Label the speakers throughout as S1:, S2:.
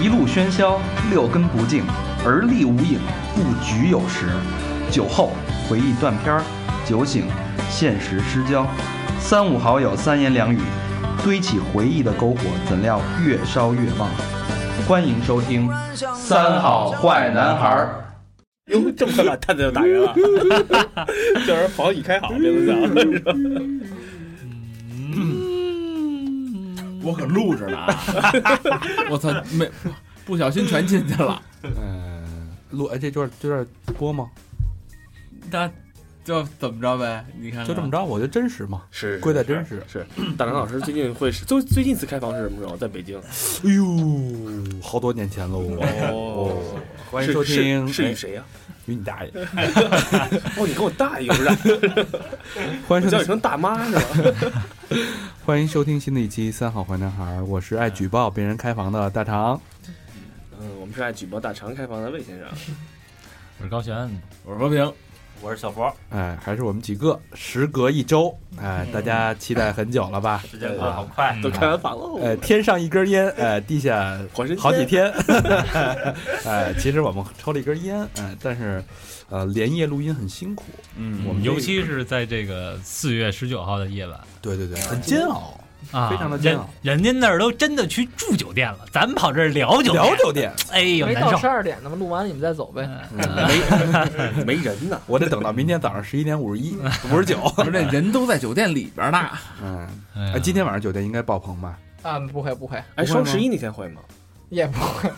S1: 一路喧嚣，六根不净，而立无影，不局有时。酒后回忆断片儿，酒醒现实失焦。三五好友三言两语，堆起回忆的篝火，怎料越烧越旺。欢迎收听《三好坏男孩儿》。
S2: 哟，这么快 把探子就打晕了，叫人防你开好，别不
S3: 嗯
S2: 讲。
S3: 我可录着呢啊。
S4: 我操，没不小心全进去了。
S3: 嗯，录哎，这段这段播吗？
S4: 那就怎么着呗？你看看，
S3: 就这么着，我觉得真实嘛，
S2: 是
S3: 贵在真实。
S2: 是。大梁老师最近会是最最近一次开房是什么时候？在北京。
S3: 哎呦，好多年前喽！
S2: 哦，
S3: 欢迎收听，
S2: 是与
S3: 哎
S2: 谁呀？啊
S3: 与你大爷！
S2: 哦，你跟我大爷 不是？
S3: 欢
S2: 我
S3: 迎
S2: 叫
S3: 收
S2: 你
S3: 听，
S2: 成大妈是吧？
S3: 欢迎收听新的一期《三好坏男孩》，我是爱举报别人开房的大肠。
S2: 嗯，我们是爱举报大肠开房的魏先生。
S5: 我是高璇，
S4: 我是和 平，
S5: 我是小佛，
S3: 哎，还是我们几个，时隔一周，哎，大家期待很久了吧？
S5: 时间过得好快，
S2: 都开完房了，
S3: 呃，天上一根烟，呃，地下
S2: 火神
S3: 好几。天。 哎，其实我们抽了一根烟，哎，但是，呃，连夜录音很辛苦，
S4: 嗯
S3: 我们
S5: 尤
S3: 这
S5: 其是在这个四月十九号的夜晚
S3: 对对对，很煎熬，
S5: 啊，
S3: 非常的煎
S5: 人
S3: 熬
S5: 人家那儿都真的去住酒店了，咱们跑这儿聊酒店，
S3: 聊酒店，
S5: 哎呦
S6: 没
S5: 难
S6: 到
S5: 受
S6: 十，二点呢嘛，录完你们再走呗。
S5: 嗯
S2: 没没人呢，
S3: 我得等到明天早上十一点五十一、五十九。
S4: 不是那人都在酒店里边 呢。
S3: 嗯，
S5: 哎呀
S3: 哎，今天晚上酒店应该爆棚吧？
S6: 啊，不会不会，
S2: 哎，
S3: 不会
S2: 双
S3: 吗
S2: 十一那天会吗？哦
S6: 也不会。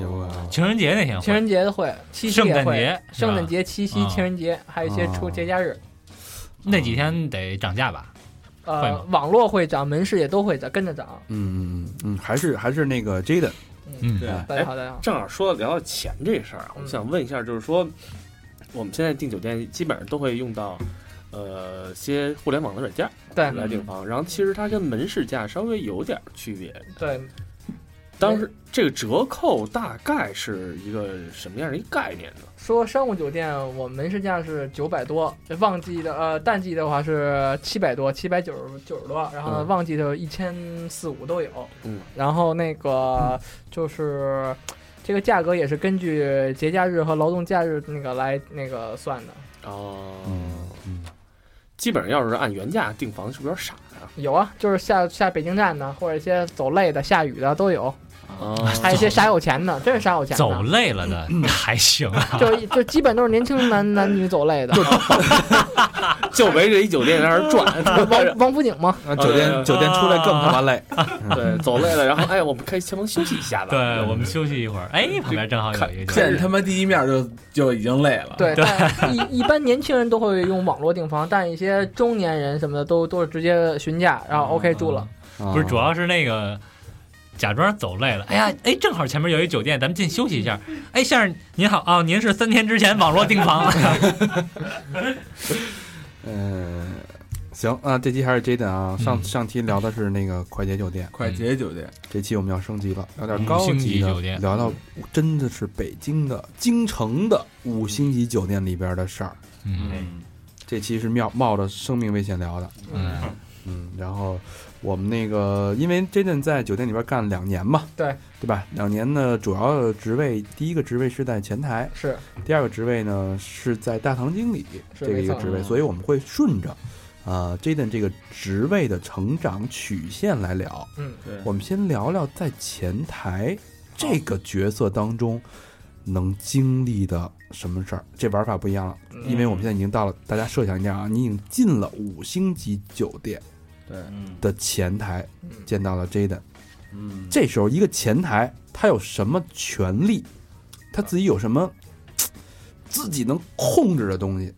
S3: 有啊，
S5: 情人节那天会，
S6: 情人节会，七夕
S5: 圣
S6: 也
S5: 诞
S6: 会，
S5: 节是吧
S6: 圣诞节、七夕、
S5: 啊
S6: 情人节，还有一些
S3: 啊
S6: 出节假日。
S5: 那几天得涨价吧？会
S6: 呃
S5: 吗，
S6: 网络会涨，门市也都会涨，跟着涨。
S3: 嗯嗯嗯，还是还是那个 Jaden，
S5: 嗯，
S2: 对啊，
S6: 大
S2: 哎
S6: 家，好，大家好。
S2: 正好说聊到钱这事儿啊，
S6: 嗯
S2: 我想问一下，就是说我们现在订酒店基本上都会用到呃些互联网的软件来
S5: 嗯
S6: 对
S2: 订房，然后其实它跟门市价稍微有点区别。
S6: 对，
S2: 当时这个折扣大概是一个什么样的一个概念呢？
S6: 说商务酒店，我门市价是九百多，这旺季的呃淡季的话是七百多，七百九十九十多，然后呢
S2: 嗯
S6: 旺季的一千四五都有。
S2: 嗯，
S6: 然后那个就是这个价格也是根据节假日和劳动假日那个来那个算的。
S2: 哦
S3: 嗯嗯
S2: 基本上要是按原价订房，是不是有点傻呀、
S6: 有啊，就是下下北京站的，或者一些走累的、下雨的都有，
S2: 啊？
S5: 哦哎
S6: 还有一些傻有钱的，真是傻有钱
S5: 走
S6: 的，
S5: 累了
S6: 嗯
S5: 的还 行啊，
S6: 就就基本都是年轻男 男女走累的。
S2: 就围着一酒店在那儿转，
S6: 王王府井嘛，
S3: 那啊酒店酒店出来更他妈累，
S2: 对，走累了，然后哎，我们可以前方休息一下吧。
S5: 对我们休息一会儿，哎，旁边正好有一个酒
S4: 见
S5: 店，
S4: 他妈第一面就就已经累了。，
S6: 对，但一一般年轻人都会用网络订房，但一些中年人什么的都都是直接询价，然
S5: 嗯
S6: 后 OK 住了。
S3: 啊不
S5: 不是主要是那个。假装走累
S6: 嗯
S5: 了，哎呀，哎，正好前面有一酒店，咱们进休息一下。哎，先生您好啊、您是三天之前网络订 房，
S3: 嗯。行，那这期还是 Jaden 啊，上上期聊的是那个快捷酒店，
S4: 快捷酒店，
S3: 这期我们要升级了，聊点
S5: 五
S3: 高
S5: 星级
S3: 级的
S5: 酒，店
S3: 聊到真的是北京的京城的五星级酒店里边的事儿。
S5: 嗯
S3: 这期是冒冒着生命危险聊的，
S5: 嗯，
S3: 嗯，然后我们那个，因为 Jaden 在酒店里边干两年嘛，
S6: 对
S3: 对吧？两年呢，主要的职位，第一个职位是在前台，
S6: 是
S3: 第二个职位呢是在大堂经理
S6: 是
S3: 这个一个
S6: 没错嗯
S3: 职位，所以我们会顺着，呃，Jaden 这个职位的成长曲线来聊。
S6: 嗯，
S2: 对
S3: 我们先聊聊在前台这个角色当中能经历的什么事儿，这玩法不一样了，
S6: 嗯
S3: 因为我们现在已经到了，大家设想一下啊，你已经进了五星级酒店。
S5: 嗯
S3: 的前台
S6: 嗯
S3: 见到了 Jaden。
S4: 嗯，
S3: 这时候，一个前台他有什么权利？他自己有什么嘖自己能控制的东西？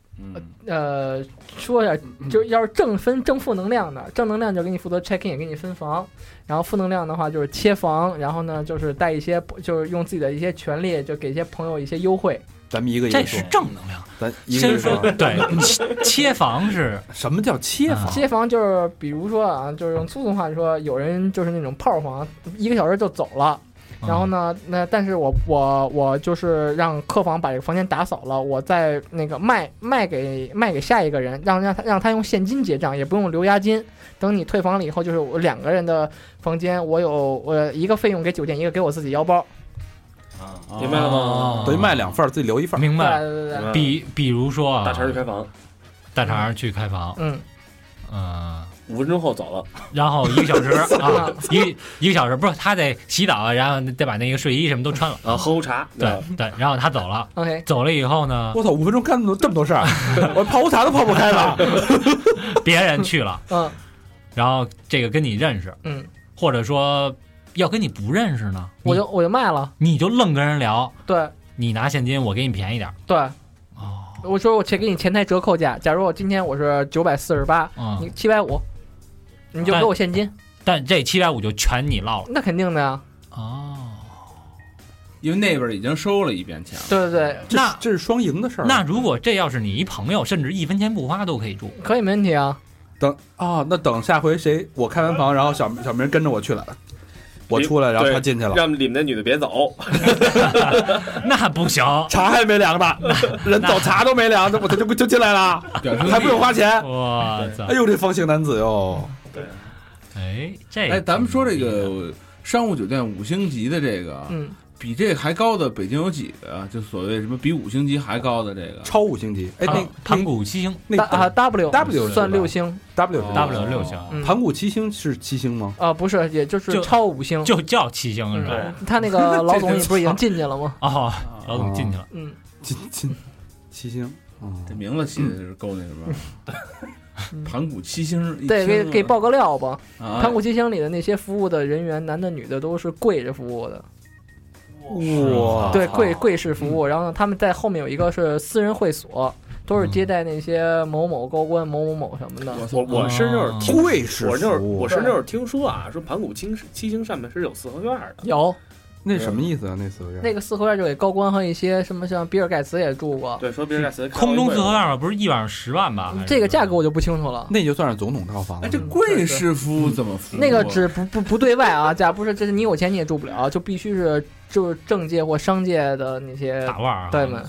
S6: 呃，说一下，就要是正分正负能量的，正能量就给你负责 check in，也给你分房；然后负能量的话就是切房，然后呢就是带一些，就是用自己的一些权利，就给一些朋友一些优惠。
S3: 咱们一个一
S5: 这
S3: 个
S5: 是
S3: 说，
S5: 正能量。
S3: 咱一个一
S5: 先
S3: 个
S5: 说
S3: 说。
S5: 嗯对 切切房
S6: 啊
S5: 是
S3: 什么叫切房？
S6: 切房啊就是比如说啊，就是用粗俗话说，有人就是那种炮房，一个小时就走了。然后呢，那但是我我我就是让客房把这个房间打扫了，我再那个卖卖给卖给下一个人，让让他让他用现金结账，也不用留押金。等你退房了以后，就是我两个人的房间，我有我一个费用给酒店，一个给我自己腰包。
S2: 明白了吗
S5: 哦
S3: 等于卖两份儿，自己留一份儿。
S5: 明白。
S6: 对对对对，
S2: 嗯
S5: 比比如说啊，
S2: 大肠去开房，
S5: 大肠去开房，
S6: 嗯，
S5: 嗯，
S2: 五分钟后走了，
S5: 然后一个 小时啊，一一个小时不是他得洗澡，啊然后得把那个睡衣什么都穿了，
S2: 啊，喝壶茶，
S5: 对对，然后他走了，
S6: OK，
S5: 走了以后呢，
S3: 我操，五分钟干这么多这么多事 儿，我泡壶茶都泡不开了。
S5: 别人去了，
S6: 嗯
S5: 然后这个跟你认识，
S6: 嗯，
S5: 或者说要跟你不认识呢，
S6: 我就我就卖了，
S5: 你你就愣跟人聊，
S6: 对
S5: 你拿现金，我给你便宜点儿，
S6: 对，
S5: 哦，
S6: 我说我前给你前台折扣价，假如我今天我是九百四十八，你
S5: 嗯，
S6: 七百五，你就给我现金，
S5: 但这七百五就全你落了，
S6: 那肯定的呀，
S5: 哦，
S4: 因为那边已经收了一遍钱了。
S6: 对对对，
S3: 这
S5: 那
S3: 这是双赢的事儿。
S5: 那如果这要是你一朋友，甚至一分钱不花都可以 住，
S6: 可以没问题啊，
S3: 等啊、那等下回谁我开完房，然后小小明跟着我去了，我出来，然后他进去了，
S2: 让里面那女的别走，
S5: 那不行，
S3: 茶还没凉 呢，人早茶都没凉，这我他就就进来了，
S4: 表
S5: 嗯
S4: 兄
S3: 还不用花钱。
S5: 我操
S3: 哎，呦，这方姓男子哟，
S5: 哎，这
S4: 哎，咱们说这个商务酒店五星级的这个，
S6: 嗯，
S4: 比这还高的北京有几个啊？就所谓什么比五星级还高的这个，
S3: 超五星级。哎，
S5: 盘
S3: 那哦
S5: 盘古七星
S3: 那
S6: 大啊
S3: 那
S6: W
S3: W
S6: 算
S3: 是吧
S6: 六星，
S3: W 是
S4: 哦
S3: 吧
S5: W 六星。
S6: 嗯
S3: 盘古七星是七星吗？
S6: 啊不是，也就是
S5: 就
S6: 超五星，
S5: 就叫七星是吧？
S2: 对
S6: 嗯，他那个老总你不是已经进去 了吗？
S5: 哦，老总进去了，
S6: 嗯，
S3: 金金七星。哦
S4: 这名字起的就是够那什么，
S6: 嗯
S4: 盘古七星儿，一
S6: 对，给
S4: 听
S6: 给爆个料吧。
S4: 啊，
S6: 盘古七星里的那些服务的人员，男的女的都是跪着服务的，
S3: 哇，
S6: 对，跪跪式服务。然后呢，他们在后面有一个是私人会所，都是接待那些某某高官、某某某什么的。
S2: 我我是那种听，
S3: 贵式
S2: 我是那
S3: 服
S2: 种
S3: 务
S2: 我是那种听说啊，说盘古青七星上面是有四合院的，
S6: 有
S3: 那什么意思啊？那四个
S6: 那
S3: 月
S6: 个四合院就给高官和一些什么像比尔盖茨也住过，
S2: 对，说别人在此
S5: 空中四合院吧，不是一晚上十万吧？还是
S6: 嗯这个价格我就不清楚了。
S3: 那就算是总统套房
S4: 哎，
S3: 了。
S4: 这贵式服务怎么服务啊？
S6: 那个只不不不对外啊，假不是这是你有钱你也住不了，就必须是就是政界或商界的那些
S5: 大腕儿啊，
S6: 对们。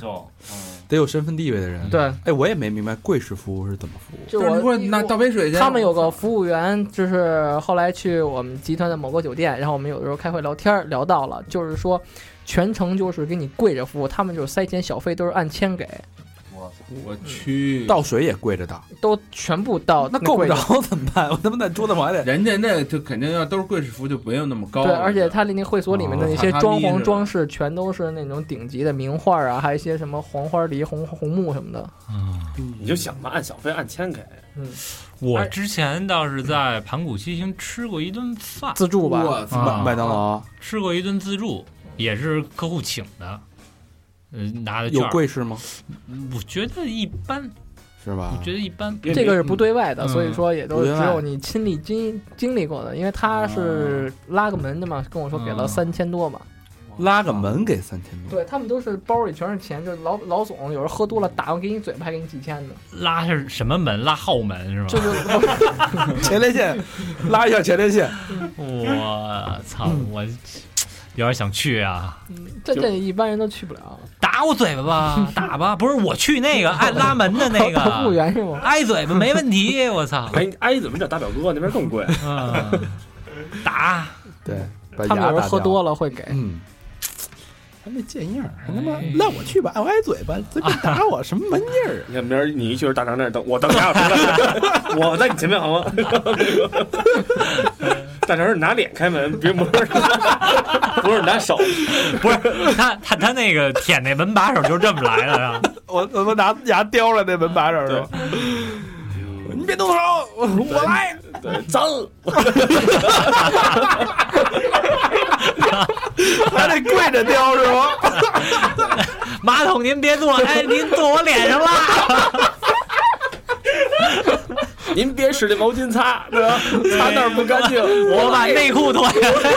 S3: 得有身份地位的人。
S6: 对，
S3: 哎，我也没明白贵式服务是怎么服务。
S6: 就
S4: 就是
S6: 我
S4: 你给我拿倒杯水去。
S6: 他们有个服务员，就是后来去我们集团的某个酒店，然后我们有的时候开会聊天儿聊到了，就是说全程就是给你跪着服务，他们就是塞钱小费都是按千给，
S4: 我去，
S3: 倒水也跪着倒，
S6: 都全部到
S3: 那够不
S6: 跪
S3: 着
S6: 哦着。
S3: 怎么办？我他妈在桌子旁边得
S4: 人家那就肯定要都是贵式服务，就没有那么高。
S6: 对，而且他那那会所里面的那些
S4: 哦榻榻米
S6: 装
S4: 是
S6: 潢
S4: 吧
S6: 装饰全都是那种顶级的名画啊，还有一些什么黄花梨、红红木什么的。
S5: 嗯，
S2: 你就想吧，按小费按千给，
S5: 我
S6: 哎
S5: 之前倒是在盘古七星吃过一顿饭，
S6: 自助吧，
S4: 我
S5: 啊
S4: 操，
S3: 麦当劳
S5: 吃过一顿自助，也是客户请的，嗯，拿的券
S3: 有
S5: 儿。
S3: 贵式吗？
S5: 我觉得一般，
S3: 是吧
S5: 我？觉得一般。
S2: 因为
S6: 这个是不对外的，
S5: 嗯
S6: 所以说也都
S3: 不
S6: 是只
S3: 对外
S6: 有你亲历经经历过的，因为他是拉个门的嘛，跟我说给了
S5: 嗯
S6: 三千多嘛。
S3: 拉个门给三千多，
S6: 对他们都是包里全是钱，就是老老总有时候喝多了打完给你嘴巴还给你几千
S3: 啊
S6: 呢，
S5: 拉是什么门？拉后门是
S6: 就
S5: 吗？
S6: 是
S3: 前列腺拉一下前列腺，
S5: 我操，我有点想去啊。
S6: 这这一般人都去不了。
S5: 打我嘴巴 吧，打吧，不是我去那 个按拉门的那
S6: 服务
S5: 个，
S6: 员是吗？
S5: 挨嘴巴没问题，我操，
S2: 哎，哎，怎么找大表哥那边更贵？
S5: 嗯，打，
S3: 对，把
S6: 他们
S3: 牙
S6: 有时
S3: 打
S6: 候喝
S3: 掉
S6: 多。了会给。
S3: 嗯，还没见样儿，还他妈
S5: 哎
S3: 让我去吧，我挨嘴巴，随便打我，什么玩意儿？
S2: 你看明儿你一去是大肠那儿等我等俩小时了，我在你前面好吗？ 大肠是拿脸开门，别不是 不是拿手，
S5: 不是他他他那个舔那门把手就是这么来的啊，
S3: 我我拿牙叼了那门把手
S2: 对
S3: 说：“你别动手，我我来。”
S2: 对，脏。
S3: 还得跪着叼是吗？
S5: 马桶您别 坐，哎，您坐我脸上 啦，
S2: 您别使这毛巾擦，对吧？擦那儿不干净。
S5: 我把内裤脱下来。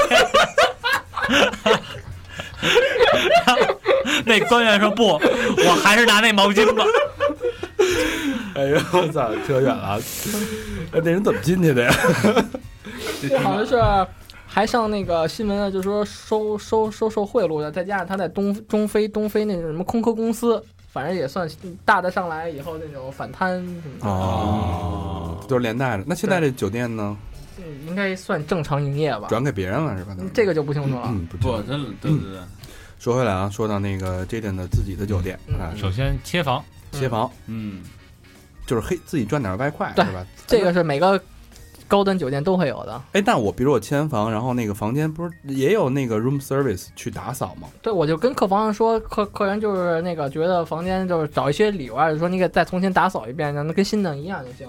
S5: 那官员说不，我还是拿那毛巾吧。
S3: 哎呦，我操，扯远了。哎那人怎么进去的呀？
S6: 这好像是还上那个新闻呢，就说收收收受贿赂的，再加上他在东中非东非那种什么空壳公司，反正也算大的上来以后那种反贪什么的，
S3: 啊 哦，都是连带的。那现在这酒店呢，
S6: 嗯应该算正常营业吧？
S3: 转给别人了是吧？
S6: 这个就不清楚了。
S3: 嗯，不知
S4: 不
S3: 道，。
S4: 他对对对，
S3: 说回来啊，说到那个 Jaden 的自己的酒店
S6: 嗯
S3: 啊，
S5: 首先切房，
S3: 切房
S4: 嗯，
S3: 就是黑自己赚点外快
S6: 对
S3: 是吧？
S6: 这个是每个高端酒店都会有的。
S3: 哎，那我比如我签房，然后那个房间不是也有那个 room service 去打扫吗？
S6: 对，我就跟客房上说，客客人就是那个觉得房间就是找一些理由啊，说你给再重新打扫一遍，让它跟新的一样就行。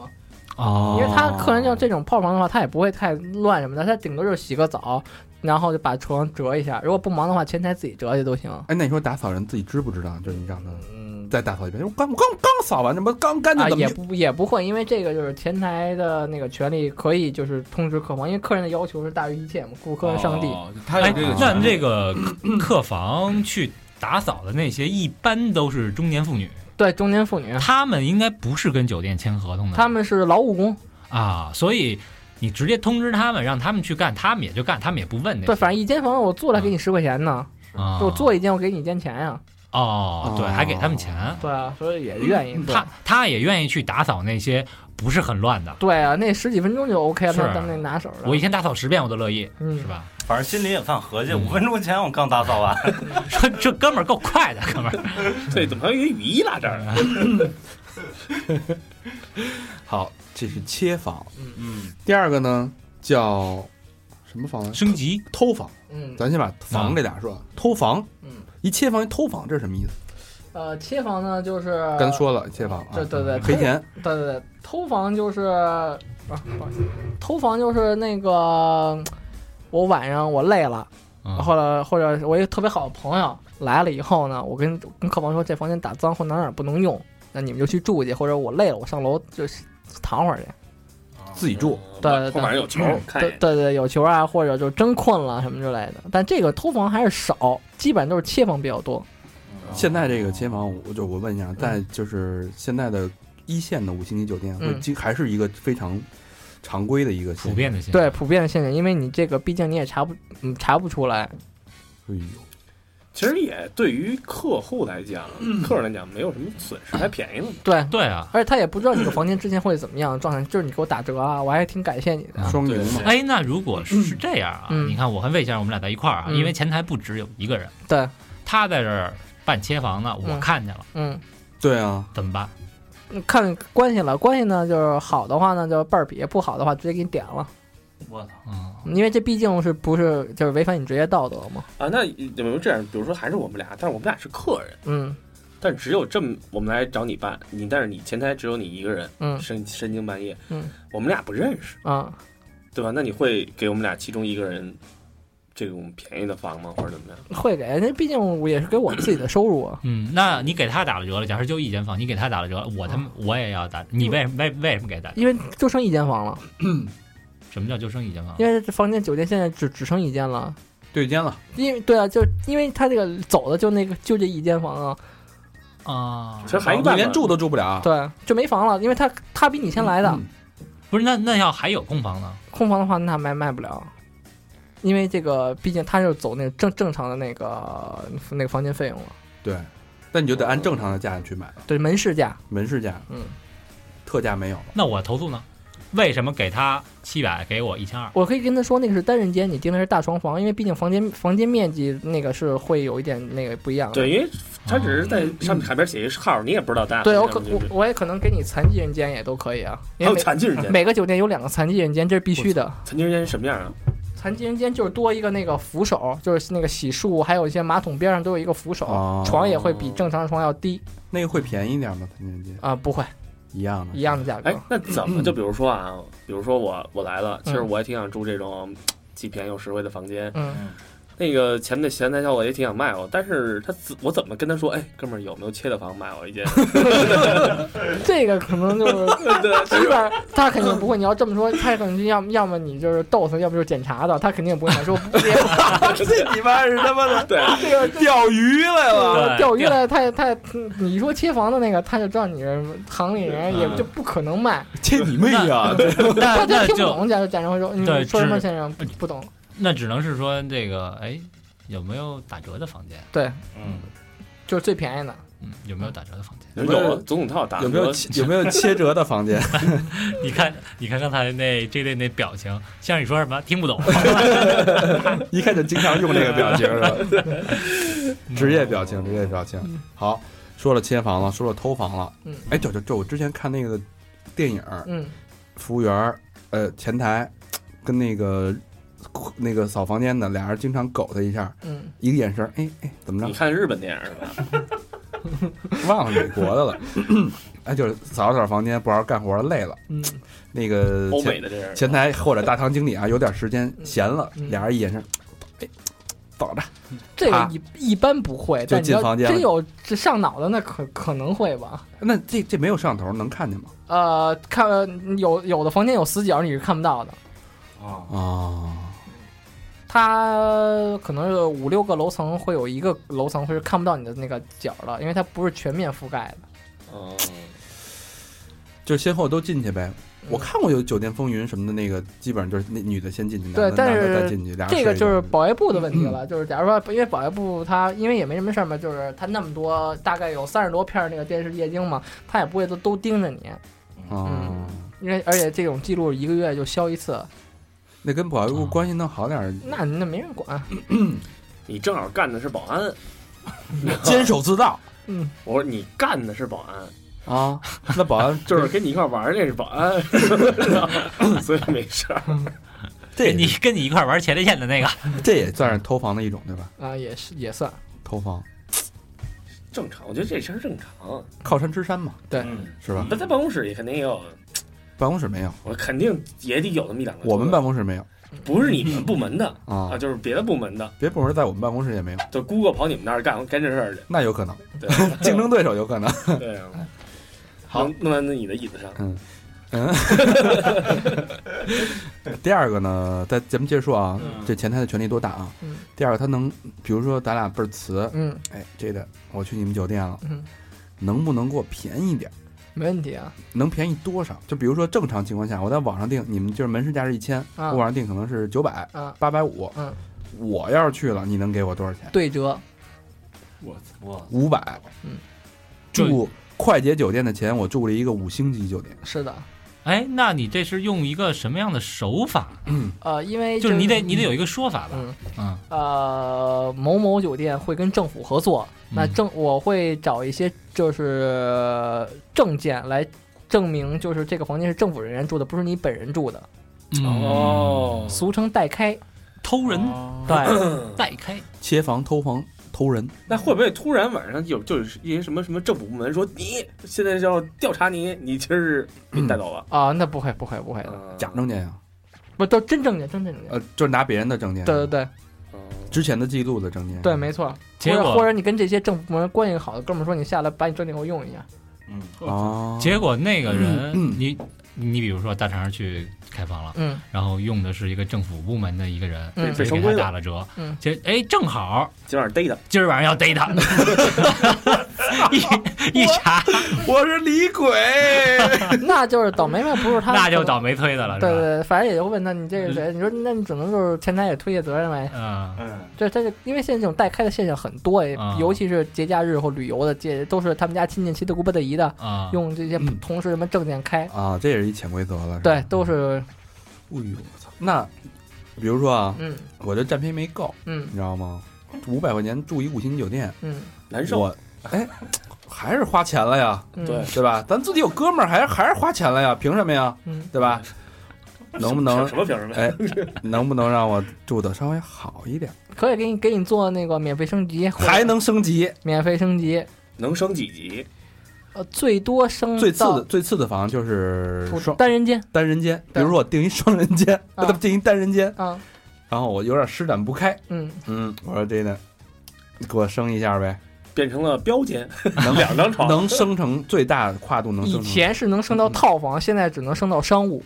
S3: 哦
S6: 因为他客人就这种泡房的话，他也不会太乱什么的，他顶多就是洗个澡，然后就把床折一下。如果不忙的话，前台自己折去都行。
S3: 哎，那你说打扫人自己知不知道？就是你让他
S6: 嗯，
S3: 再打扫一遍，我刚我刚刚扫完，这不刚干净
S6: 啊，
S3: 怎么
S6: 也
S3: 就？
S6: 不也不会，因为这个就是前台的那个权利可以就是通知客房，因为客人的要求是大于一切嘛，顾客是上帝。
S4: 哦，他有
S5: 哎
S4: 这个，
S5: 那
S4: 权利
S5: 这个客房去打扫的那些，一般都是中年妇女，
S6: 对，中年妇女，
S5: 她们应该不是跟酒店签合同的，
S6: 啊他们是劳务工，
S5: 啊，所以你直接通知他们，让他们去干，他们也就干，他们也不问那些。
S6: 对，反正一间房我做了给你十块钱呢，
S5: 啊，
S6: 就我做一间我给你一间钱呀、
S5: 哦，对，
S3: 哦
S5: 还给他们钱，
S6: 对啊，所以也愿意。对
S5: 他他也愿意去打扫那些不是很乱的。
S6: 对啊，那十几分钟就 OK 了，
S5: 是啊
S6: 咱们那拿手的。
S5: 我一天打扫十遍我都乐意，
S6: 嗯
S5: 是，吧？
S7: 反正心里也犯合计，五分钟前我刚打扫
S2: 嗯
S7: 完，
S5: 说这哥们儿够快的，哥们 儿。
S2: 对，怎么还有一个雨衣拉这儿啊呢？
S3: 好，这是切房。
S4: 嗯，
S3: 第二个呢叫什么房来着？
S5: 升级
S3: 偷房。
S6: 嗯，
S3: 咱先把房这俩说，偷房。
S6: 嗯，
S3: 一切房一偷房，这是什么意思？
S6: 呃，切房呢就是
S3: 刚才说了，切房啊，
S6: 对对
S5: 嗯
S6: 对
S3: 赔钱。
S6: 对对对，偷房就是啊，不好意思，
S5: 嗯
S6: 偷房就是那个嗯我晚上我累了，
S5: 嗯
S6: 或者或者我一个特别好的朋友来了以后呢，我跟跟客房说这房间打脏或哪儿哪儿不能用，那你们就去住去，或者我累了我上楼就是躺会儿去。
S3: 自己住
S6: 对对
S2: 后面有球，哦看一
S6: 对
S2: 眼。
S6: 对对，有球啊，或者就真困了什么之类的。但这个偷房还是少，基本都是切房比较多。
S3: 现在这个切房，我就我问一下，在就是现在的一线的五星级酒店，会
S6: 嗯
S3: 经还是一个非常常规的一个现
S5: 普遍的现象
S6: 对，普遍的现象，因为你这个毕竟你也查不嗯查不出来。
S3: 哎呦，
S2: 其实也对于客户来讲，客人来讲没有什么损失，还便宜了。
S6: 对，
S5: 对啊。
S6: 而且他也不知道你的房间之前会怎么样状态，就是你给我打折啊，我还挺感谢你的。
S3: 双赢
S2: 嗯
S3: 嘛，
S5: 哎，那如果是这样啊，
S6: 嗯
S5: 你看我和魏先生我们俩在一块儿啊，
S6: 嗯
S5: 因为前台不只有一个人，
S6: 对，
S5: 他在这儿办切房呢，我
S6: 嗯
S5: 看见了，
S6: 嗯，
S3: 对啊，
S5: 怎么办？
S6: 看关系了，关系呢就是好的话呢就倍儿比，不好的话直接给你点了，
S7: 我操，
S5: 嗯，
S6: 因为这毕竟是不是就是违反你职业道德嘛。
S2: 啊，那有没有这样？比如说还是我们俩，但是我们俩是客人，
S6: 嗯
S2: 但只有这么我们来找你办，你但是你前台只有你一个人，
S6: 嗯
S2: 深深更半夜，
S6: 嗯，
S2: 我们俩不认识，
S6: 啊，
S2: 对吧？那你会给我们俩其中一个人这种便宜的房吗，或者怎么样？
S6: 会给，那毕竟我也是给我自己的收入啊。
S5: 嗯，那你给他打了折了，假设就一间房，你给他打了折，我他妈我也要打，你为什么为为什么给他打？
S6: 因为就剩一间房了，
S5: 什么叫就剩一间房？
S6: 因为这房间酒店现在只只剩一间了，
S3: 对尖了，
S6: 因为对啊，就因为他这个走的就那个就这一间房啊，
S5: 啊
S2: 其，实还有一
S3: 你
S2: 个办法
S3: 连住都住不了，
S6: 对，就没房了，因为他他比你先来的，
S2: 嗯
S5: 不是，那那要还有空房呢？
S6: 空房的话那卖卖不了，因为这个毕竟他就是走那个正正常的那个那个房间费用了，
S3: 对，但你就得按正常的价去买，
S6: 对，门市价，
S3: 门市价，
S6: 嗯，
S3: 特价没有，
S5: 那我投诉呢？为什么给他七百，给我一千二？
S6: 我可以跟他说那个是单人间，你订的是大床房，因为毕竟房间房间面积那个是会有一点那个不一样的。
S2: 对，因为他只是在上面海边写一号，你也不知道大家
S6: 对，我
S2: 是
S6: 可
S2: 不是
S6: 我我也可能给你残疾人间也都可以啊，
S2: 还
S6: 因
S2: 有
S6: 为每
S2: 残疾人间，
S6: 每个酒店有两个残疾人间，这是必须的。
S2: 残疾人间是什么样啊？
S6: 残疾人间就是多一个那个扶手，就是那个洗漱，还有一些马桶边上都有一个扶手，
S3: 哦
S6: 床也会比正常的床要低
S3: 那个会便宜一点吗？三千斤
S6: 啊、不会
S3: 一样的，
S6: 一样的价格。
S2: 哎，那怎么就比如说啊，比如说我我来了，其实
S6: 嗯
S2: 我也挺想住这种既便宜又实惠的房间。
S6: 嗯，
S2: 那个前面的前台小伙也挺想卖我，但是他怎我怎么跟他说？哎，哥们儿有没有切的房卖我一间？
S6: 这个可能就是 基本上他肯定不会。你要这么说，他肯定要么要么你就是逗他，要不就是检查的，他肯定也不会想 说不也
S2: 这你妈是他妈的对，
S6: 这个这
S3: 钓鱼来了，
S6: 个
S5: 对
S6: 钓鱼的，他也他也你一说切房的那个，他就知道你是行里人，
S2: 嗯
S6: 也就不可能卖，
S3: 切你妹呀！啊
S5: 那
S6: 他
S5: 那
S6: 听不
S5: 就
S6: 懂。假如假如会说，你
S5: 对
S6: 说什么
S5: 只
S6: 先生不不懂，
S5: 那只能是说这个，哎，有没有打折的房间？
S6: 对，
S7: 嗯，
S6: 就是最便宜的。
S5: 嗯，有没有打折的房间？
S2: 有有总统套打
S3: 有没有
S2: 折
S3: 切有没有切折的房间？
S5: 你看，你看刚才那 J 类那表情，像是你说什么听不懂。
S3: 一看就经常用这个 表情是吧？
S6: 嗯
S3: 职业表情，职业表情。好，说了切房了，说了偷房了。
S6: 嗯
S3: 哎，对对对，我之前看那个电影，
S6: 嗯，
S3: 服务员儿呃前台跟那个那个扫房间的俩人经常狗他一下，
S6: 嗯，
S3: 一个眼神，哎哎，怎么
S2: 你
S3: 着？
S2: 看日本电影是吧？
S3: 忘了美国的了。 哎，就是扫了扫房间，不好好干活累了。
S6: 嗯，
S3: 那个
S2: 欧
S3: 前
S2: 美的这样，
S3: 前台或者大堂经理啊，有点时间闲了，
S6: 嗯
S3: 俩人一眼神，哎，走着。
S6: 这个
S3: 啊
S6: 一一般不会，
S3: 就
S6: 但你
S3: 进
S6: 要
S3: 房间了
S6: 真有这上脑的，那可可能会吧。
S3: 那这这没有摄像头能看见吗？
S6: 呃，看有有的房间有死角，你是看不到的。
S7: 啊，
S3: 哦，
S6: 它可能是五六个楼层会有一个楼层会是看不到你的那个角的，因为它不是全面覆盖的。
S2: 嗯，
S3: 就是先后都进去呗。我看过有《酒店风云》什么的，那个基本上就是那女的先进去，
S6: 对
S3: 男的
S6: 但
S3: 男的
S6: 是
S3: 再进去，俩人
S6: 这
S3: 睡一
S6: 个
S3: 嗯
S6: 就是
S3: 觉
S6: 保卫部的问题了，就是假如说，因为保卫部它因为也没什么事儿嘛，就是它那么多，大概有三十多片儿那个电视液晶嘛，它也不会都都盯着你，
S3: 哦，
S6: 因为而且这种记录一个月就消一次，
S3: 那跟保卫部关系弄好点儿，
S6: 那那没人管。
S2: 你正好干的是保安，
S3: 监守自盗
S6: 嗯，
S2: 我说你干的是保安，
S3: 啊。那保安
S2: 就是跟你一块玩儿那是保安，所以没事儿。
S3: 这也
S5: 跟你跟你一块玩前列腺的那个，
S3: 这也算是偷房的一种对吧？
S6: 啊，也是也算，
S3: 偷房
S2: 正常，我觉得这事儿正常。
S3: 靠山吃山嘛，
S7: 嗯，
S3: 是吧？
S2: 那在办公室里肯定也有，
S3: 办公室没有，
S2: 我肯定也得有那么一两个。
S3: 我们办公室没有
S2: 不是你们部门的
S3: 嗯啊
S2: 啊，。就是别的部门的，
S3: 别部门在我们办公室也没有，
S2: 就 Google 跑你们那儿干干这事儿去。
S3: 那有 可能，
S2: 对
S3: 竞争对手有可能。
S2: 对啊，
S3: 好
S2: 弄弄在你的椅子上。
S3: 第二个呢，咱咱们接着说啊，
S7: 嗯
S3: 这前台的权力多大啊？
S6: 嗯
S3: 第二个，他能，比如说咱俩倍儿瓷，
S6: 嗯
S3: 哎，这个我去你们酒店了，
S6: 嗯，
S3: 能不能给我便宜点儿？
S6: 没问题啊。
S3: 能便宜多少？就比如说正常情况下，我在网上订，你们就是门市价是一千，我
S6: 啊
S3: 网上订可能是九百、
S6: 啊，
S3: 八百五。
S6: 嗯，
S3: 我要是去了，你能给我多少钱？
S6: 对折，
S7: 我
S3: 五百。
S6: 嗯，
S3: 住快捷酒店的钱，我住了一个五星级酒店。
S6: 是的，
S5: 哎，那你这是用一个什么样的手法？
S6: 呃，因为
S5: 就是你得你得有一个说法吧？
S6: 嗯
S5: 嗯，
S6: 呃某某酒店会跟政府合作，那
S5: 嗯
S6: 政我会找一些就是证件来证明，就是这个房间是政府人员住的，不是你本人住的，嗯
S3: 嗯
S2: 哦，
S6: 俗称代开。
S5: 嗯偷人
S6: 哦对，
S5: 代开，
S3: 切房、偷房、偷人，
S2: 那会不会突然晚上有就是一些什么什么政府部门说你现在要调查你，你今儿给你带走了？
S6: 啊，那不会不会不会的，
S2: 嗯
S3: 假证件呀？
S6: 不都真证件真证件。
S3: 呃，就是拿别人的证件，
S6: 对对，对
S2: 嗯
S3: 之前的记录的证件，
S6: 对，没错。
S5: 结
S6: 或者
S5: 果
S6: 或者你跟这些政府部门关系好的哥们儿说，你下来把你证件给我用一下。
S7: 嗯，
S3: 哦，
S5: 结果那个人，
S3: 嗯嗯
S5: 你你比如说大肠去开房了，
S6: 嗯
S5: 然后用的是一个政府部门的一个人，所
S6: 嗯
S5: 以
S2: 被双
S5: 给他
S2: 规了
S5: 打了折。
S6: 嗯
S5: 结哎，正好
S2: 今晚上逮的，
S5: 今儿晚上要逮 他， 一一查
S3: 我是李鬼，
S6: 那就是倒霉呗，不是他，
S5: 那就。倒霉催的了，
S6: 对对
S5: 是吧？
S6: 对，反正也就问他你这
S3: 嗯
S6: 是谁？你说那你只能就是前台也推卸责任呗。
S5: 嗯，
S7: 嗯，
S6: 这这是因为现在这种代开的现象很多，也
S3: 嗯
S5: 啊
S6: 尤其是节假日或旅游的，这都是他们家亲戚七大姑八大姨的，
S5: 啊，
S6: 用这些
S3: 嗯
S6: 同事什么证件开，
S3: 啊，这也是一潜规则了，是吧
S6: 哦对，，都是
S3: 哎呦我操，那比如说啊，
S6: 嗯
S3: 我这占便宜没够，
S6: 嗯
S3: 你知道吗？五百块钱住一五星级酒店，
S6: 嗯
S2: 难受。
S3: 我哎，还是花钱了呀，
S6: 嗯，
S2: 对
S3: 对吧？咱自己有哥们儿，还是还是花钱了呀，凭什么呀？
S6: 嗯
S3: 对吧？能不能
S2: 什么凭什么？
S3: 哎，能不能让我住的稍微好一点，
S6: 可以给你给你做那个免费升级，或者
S3: 还能升级？
S6: 免费升级，
S2: 能升几级？
S6: 呃，最多升
S3: 最次的
S6: 到
S3: 最次的房就是
S6: 普
S3: 双
S6: 单人间
S3: 单人间，比如说我订一双人间，
S6: 啊
S3: 我订一单人间，
S6: 啊，
S3: 然后我有点施展不开，
S6: 嗯，
S3: 嗯，我说这呢，你给我升一下呗，
S2: 变成了标间，
S3: 能
S2: 两张床，
S3: 能升成最大的跨度能
S6: 以
S3: 升成
S6: 前是能
S3: 嗯
S6: 升到套房，现在只能升到商务，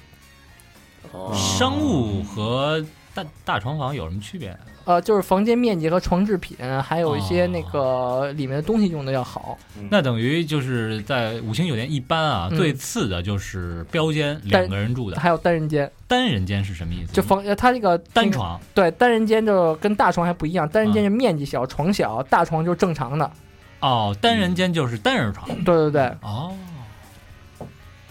S2: 哦
S3: 啊
S5: 商务和大大床房有什么区别？
S6: 呃，就是房间面积和床制品，还有一些
S5: 哦
S6: 那个里面的东西用的要好。
S5: 那等于就是在五星酒店一般啊，
S6: 嗯
S5: 最次的就是标间两个人住的
S6: 还有单人间，
S5: 单人间是什么意思？
S6: 就房呃它这个
S5: 单床
S6: 对单人间就跟大床还不一样，单人间
S5: 啊
S6: 是面积小，床小，大床就是正常的。
S5: 哦，单人间就是单人床
S6: 对对对，
S5: 哦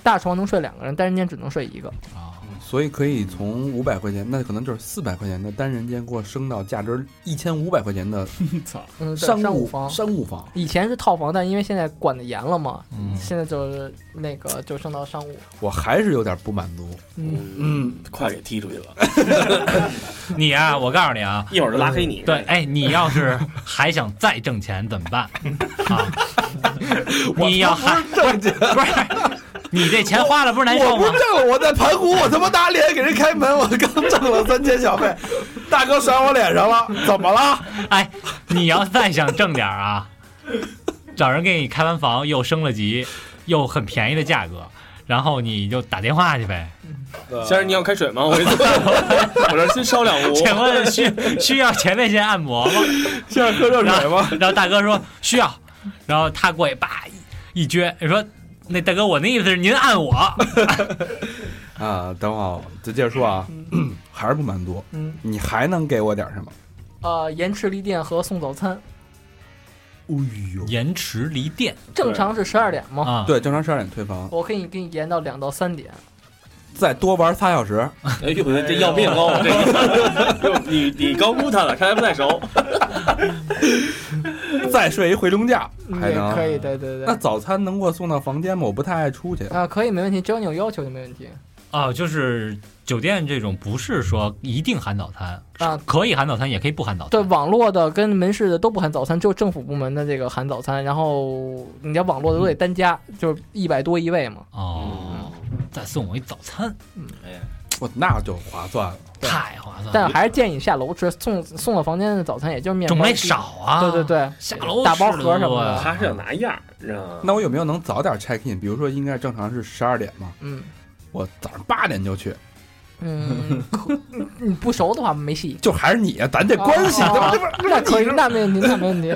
S6: 大床能睡两个人，单人间只能睡一个。
S5: 哦
S3: 所以可以从五百块钱，那可能就是四百块钱的单人间，给我升到价值一千五百块钱 的
S4: 操，
S6: 嗯，对
S3: 商
S6: 商
S3: 务
S6: 房。
S3: 商务房。
S6: 以前是套房，但因为现在管的严了嘛，
S5: 嗯
S6: 现在就是那个就升到商务。
S3: 我还是有点不满足。
S6: 嗯，
S3: 嗯，
S2: 快给踢出去了，
S5: 你啊，我告诉你啊，
S2: 一会儿就拉黑你。
S5: 对，哎，你要是还想再挣钱怎么办啊？你要还
S3: 挣钱，
S5: 不是你这钱花了不是难受
S3: 我不
S5: 吗？
S3: 挣了，我在盘古，我他妈打脸给人开门，我刚挣了三千小费，大哥甩我脸上了，怎么了？
S5: 哎，你要再想挣点 儿啊，找人给你开完房又升了级，又很便宜的价格，然后你就打电话 去呗。
S2: 先生，你要开水吗？我给你做我这新烧两壶。
S5: 请 问需需要前列腺按摩吗？
S3: 现在喝热水吗？
S5: 然后大哥说需要，然后他过去叭一一撅，说那大哥我那意思是您按我，
S3: 哎啊，等会儿就接着说啊， 还是不满足。
S6: 嗯，
S3: 你还能给我点什么？
S6: 呃，延迟离店和送早餐，
S3: 哎呦，哦
S5: 延迟离店
S6: 正常是十二点嘛，
S5: 啊，
S3: 对，正常十二点退房，
S6: 我可以给你延到两到三点。
S3: 再多玩仨小时。
S2: 哎呦，这要命了！我这个，你你高估他了，看来不太熟。
S3: 再睡一回笼觉，还
S6: 嗯也
S3: 能啊
S6: 可以，对对
S3: 那
S6: 对。
S3: 早餐能给我送到房间吗？我不太爱出去。
S6: 啊，可以，没问题，只要你有要求就没问题。
S5: 哦，就是酒店这种不是说一定含早餐
S6: 啊
S5: 可以含早餐，也可以不含早
S6: 对，
S5: 餐。
S6: 网络的跟门市的都不含早餐，只有政府部门的这个含早餐。然后你要网络的都得单加，就是一百多一位嘛。
S5: 哦，再送我一早餐，
S3: 我那就划算了。
S5: 太划
S3: 啊
S5: 算
S6: 但
S5: 了，
S6: 是还是建议下楼吃，送送到房间的早餐也就是面包。
S5: 种类。少啊。
S6: 对对，对，
S5: 下楼
S6: 打包
S5: 吃
S6: 盒什么
S5: 多呀
S6: 的
S2: 他是要拿样儿，你知道吗？
S3: 那我有没有能早点 check in？比如说，应该正常是十二点嘛，
S6: 嗯
S3: 我早上八点就去，
S6: 嗯，可你你不熟的话没戏。
S3: 就还是你，啊咱这 关系，
S6: 哦
S3: 对吧？这不是
S6: 那可以，那没问题，那没问题。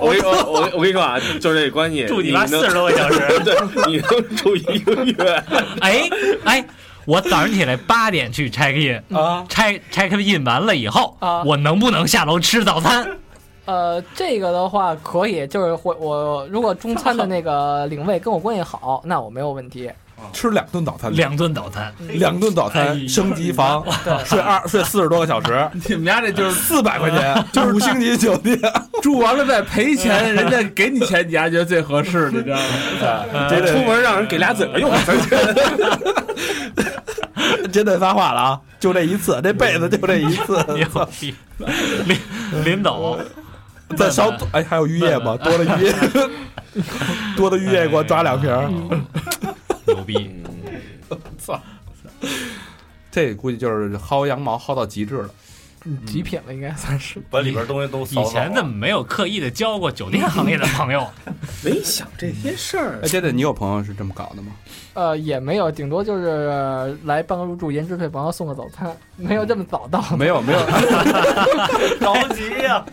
S2: 我跟你说，我我跟你说啊，就这关系，
S5: 住
S2: 你
S5: 你妈
S2: 能
S5: 四十多个小时。
S2: 对，你能住一个月。
S5: 哎哎，我早上起来八点去 check in
S3: 啊，
S5: check check in 完了以后，
S6: 啊
S5: 我能不能下楼吃早餐？
S6: 呃，这个的话可以，就是会我如果中餐的那个领位跟我关系好，那我没有问题。
S3: 吃两顿早餐，
S5: 两顿早餐，
S3: 两顿早
S5: 哎
S3: 餐，
S5: 呀
S3: 升级房， 睡二睡四十多个小时，
S4: 你们家这就是
S3: 四百块钱，就是五星级酒店，
S4: 住完了再赔钱，人家给你钱，你还觉得最合适，你知道吗？
S2: 这出门让人给俩嘴巴 用，
S3: 真的发话了啊！就这一次，这辈子就这一次，
S6: 嗯
S5: 牛 逼！临临走，
S3: 再少哎，还有浴液吗？多了浴液，多的浴液给
S5: 哎
S3: 我抓两瓶儿。
S5: 嗯 牛逼！
S3: 这估计就是薅羊毛薅到极致了。嗯
S6: 极品了，应该算是。
S7: 把里边东西都扫
S5: 以
S7: 扫
S5: 前
S7: 了
S5: 怎么没有刻意的交过酒店行业的朋 友？
S2: 没想这些事儿
S3: 哎，。真的，你有朋友是这么搞的吗？
S6: 呃，也没有，顶多就是呃来办个入住，延迟退房，送个早餐，没有这么早到。
S3: 没有，没有，
S5: 着急呀！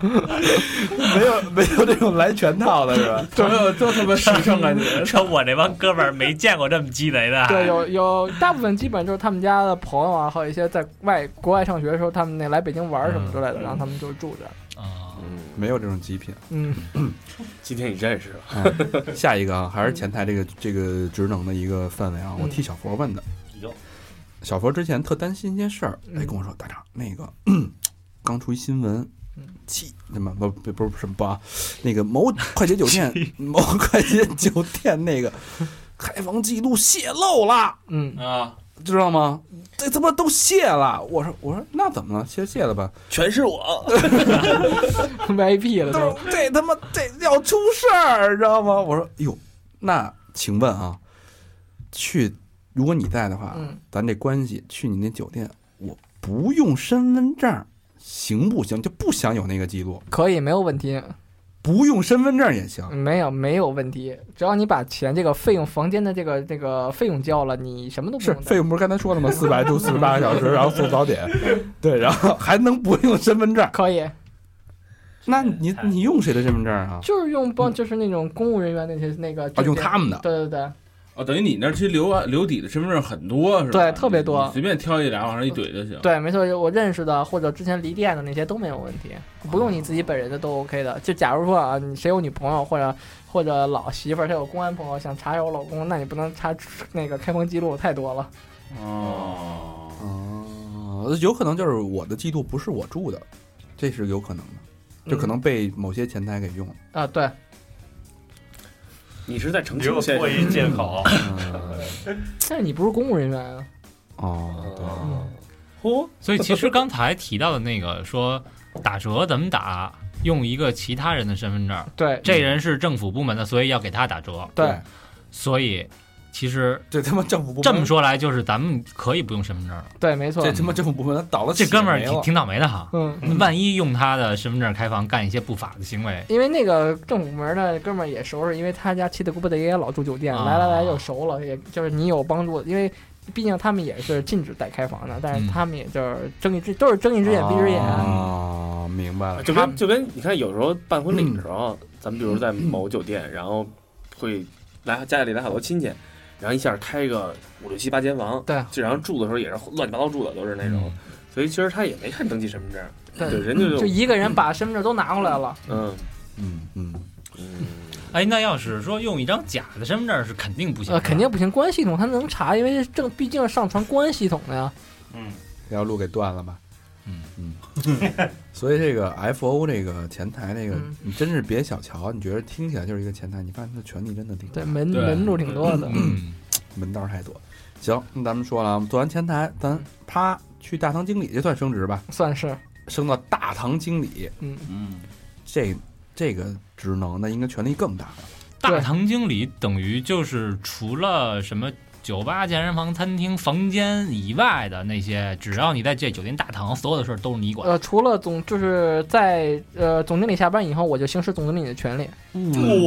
S3: 没有，没有这种来全套的是吧？
S4: 都有都他妈实诚感觉。
S5: 说我这帮哥们儿没见过这么鸡贼的。
S6: 对，有有大部分基本就是他们家的朋友啊，还有一些在外国外上学的时候，他们那来北京玩儿什么之类
S3: 嗯
S6: 的，然后他们就住着。
S5: 啊，
S3: 没有这种极品。
S6: 嗯，
S2: 今天你认识了，
S3: 下一个啊，还是前台这个这个职能的一个范围啊，我替小佛问的。
S7: 哟
S3: 小佛之前特担心一件事儿，哎，跟我说大张那个 刚出一新闻
S6: 嗯，
S3: 气什么不不不是什么不啊，那个某快捷酒店 某快捷酒店那个开房记录泄露啦，
S6: 嗯，
S7: 啊？
S3: 知道吗？这他妈都泄了！我说我说那怎么了？泄泄了吧？
S2: 全是我。
S6: ，VIP 嗯了
S3: 都
S6: 都。
S3: 是这他妈这要出事儿，知道吗？我说哟，那请问啊，去如果你在的话，
S6: 嗯，
S3: 咱这关系去你那酒店，我不用身份证儿行不行？就不想有那个记录，
S6: 可以，没有问题。
S3: 不用身份证也行。
S6: 没有没有问题，只要你把钱这个费用房间的这个这个费用交了，你什么都不
S3: 是
S6: 用担
S3: 费用不是刚才说了吗？四百住四十八个小时，然后送早点，对，然后还能不用身份证？
S6: 可以，
S3: 那你你用谁的身份证啊？
S6: 哎就是用帮就是那种公务人员那些那个
S3: 啊，用他们的。
S6: 对对对，
S4: 哦，等于你那儿其实留啊留底的身份证很多是吧？
S6: 对特别多
S4: 你你随便挑一俩往上一怼就行。
S6: 对，没错，我认识的或者之前离店的那些都没有问题，不用你自己
S5: 哦
S6: 本人的都 OK 的。就假如说啊，你谁有女朋友或者或者老媳妇儿，谁有公安朋友想查一下我老公，那你不能查那个开房记录，太多了。
S4: 哦，
S3: 哦，有可能就是我的记录不是我住的，这是有可能的，就可能被某些前台给用了。
S6: 啊，对，
S2: 你是在澄
S7: 你
S2: 清
S7: 又
S2: 先
S7: 做一借口，
S6: 但是你不是公务人员啊，
S3: 哦，
S5: 嗯
S2: 嚯，
S5: 所以其实刚才提到的那个说打折怎么打，用一个其他人的身份证，
S6: 对
S5: 这人是政府部门的，所以要给他打折。
S6: 对，
S5: 所以其实
S3: 这他妈政府部门
S5: 这么，说来，就是咱们可以不用身份证了。
S6: 对，没错
S3: 这，他妈政府部门倒了血
S5: 这哥们儿
S3: 霉
S5: 挺
S3: 了
S5: 挺倒霉的哈，
S6: 嗯。
S5: 万一用他的身份证开房干一些不法的行为，
S6: 因为那个政府部门的哥们儿也熟识，因为他家七大姑八大姨也老住酒店，
S5: 啊
S6: 来来来就熟了，也就是你有帮助，因为毕竟他们也是禁止代开房的，但是
S5: 嗯
S6: 他们也就是睁一只都是睁一只眼闭一只眼，啊
S3: 哦，明白了。
S2: 就
S6: 他嗯
S2: 跟就跟你看，有时候办婚礼的时候，咱们比如在某酒店，然后会来家里来好多亲戚，然后一下开个五六七八间房，
S6: 对啊嗯
S2: 就然后住的时候也是乱七八糟住的，都是那种，所以其实他也没看登记身份证，
S6: 对嗯
S2: 对，人家
S6: 就
S2: 就
S6: 一个人把身份证都拿过来了，
S2: 嗯
S3: 嗯嗯，
S2: 嗯，
S5: 哎，那要是说用一张假的身份证是肯定不行的，
S6: 呃，肯定不行，公安系统他能查，因为这毕竟是上传公安系统的呀，
S3: 要录给断了吧。
S5: 嗯
S3: 嗯， 所以这个 F O 这个前台这个
S6: 嗯，
S3: 你真是别小瞧，你觉得听起来就是一个前台，你发现他权力真的挺大
S6: 对，门
S4: 对
S6: 门路挺多的，
S5: 嗯，
S3: 门道儿太多。行，那咱们说了，啊，做完前台，
S6: 嗯
S3: 咱啪去大堂经理，这算升职吧？
S6: 算是，
S3: 升到大堂经理，
S6: 嗯，
S4: 嗯，
S3: 这这个职能，那应该权力更大了。
S5: 大堂经理等于就是除了什么酒吧、健身房、餐厅、房间以外的那些，只要你在这酒店大堂，所有的事儿都是你管。
S6: 呃，除了总就是在呃总经理下班以后，我就行使总经理的权利，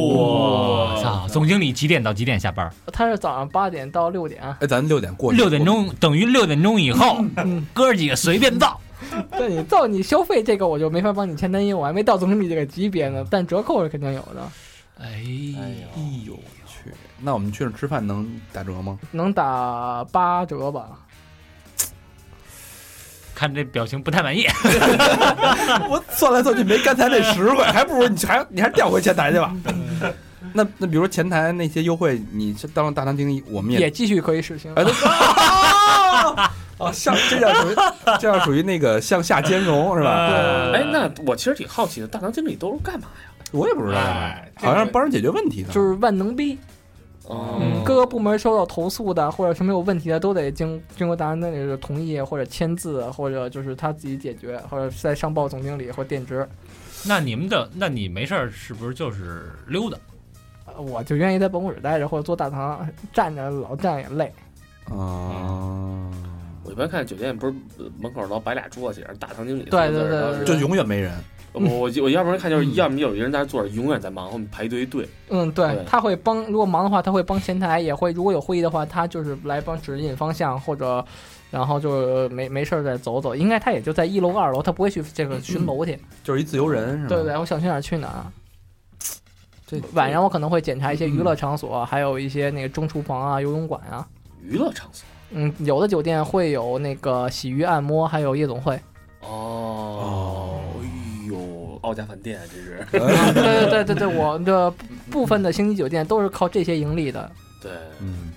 S5: 我操，啊总经理几点到几点下班？
S6: 他是早上八点到六点，啊
S3: 哎，咱六点过去，
S5: 六点钟等于六点钟以后，哥几个随便造。
S6: 对你到你消费这个我就没法帮你签单，因为我还没到总经理这个级别呢，但折扣是肯定有的，
S5: 哎，
S3: 哎呦我去！那我们去那儿吃饭能打折吗？
S6: 能打八折吧？
S5: 看这表情不太满意。
S3: 我算来算去没刚才那实惠，还不如你还你还调回前台去吧。 那那比如前台那些优惠，你是当了大堂经理，我们
S6: 也继续可以实行，
S3: 哎，啊啊，向这叫属于这叫属于那个向下兼容是吧？
S5: 呃
S2: 哎，那我其实挺好奇的，大堂经理都是干嘛呀？
S3: 我也不知道啊
S7: 哎，
S3: 好像帮人解决问题的，
S6: 就是万能逼。
S2: 哦，
S6: 嗯各个部门收到投诉的或者什么有问题的，都得经经过大家那里的同意或者签字，或者就是他自己解决，或者再上报总经理或电职。
S5: 那你们的，那你没事儿是不是就是溜达？
S6: 呃我就愿意在办公室待着，或者坐大堂站着，老站也累。
S3: 啊，
S2: 我一般看酒店不是呃门口老摆俩桌子，大堂经理
S6: 对对对
S2: 然后
S6: 对
S3: 就
S6: 对
S3: 永远没人。
S2: 我我我要不然看就是，要么有一个人在那坐着，永远在忙，后面排队一队。
S6: 嗯，对
S2: 对，
S6: 他会帮，如果忙的话，他会帮前台，也会如果有会议的话，他就是来帮指引方向或者。然后就没没事儿再走走，应该他也就在一楼二楼，他不会去这个巡楼去。
S3: 就是一自由人是吧？
S6: 对对对，我想去哪儿去哪儿。
S3: 这
S6: 晚上我可能会检查一些娱乐场所，还有一些那个中厨房啊、游泳馆啊。
S2: 娱乐场所
S6: 嗯，有的酒店会有那个洗浴按摩，还有夜总会。
S2: 哦，哎呦，奥家饭店啊这是
S6: 对对对对对，我的部分的星级酒店都是靠这些盈利的。
S2: 对，
S3: 嗯，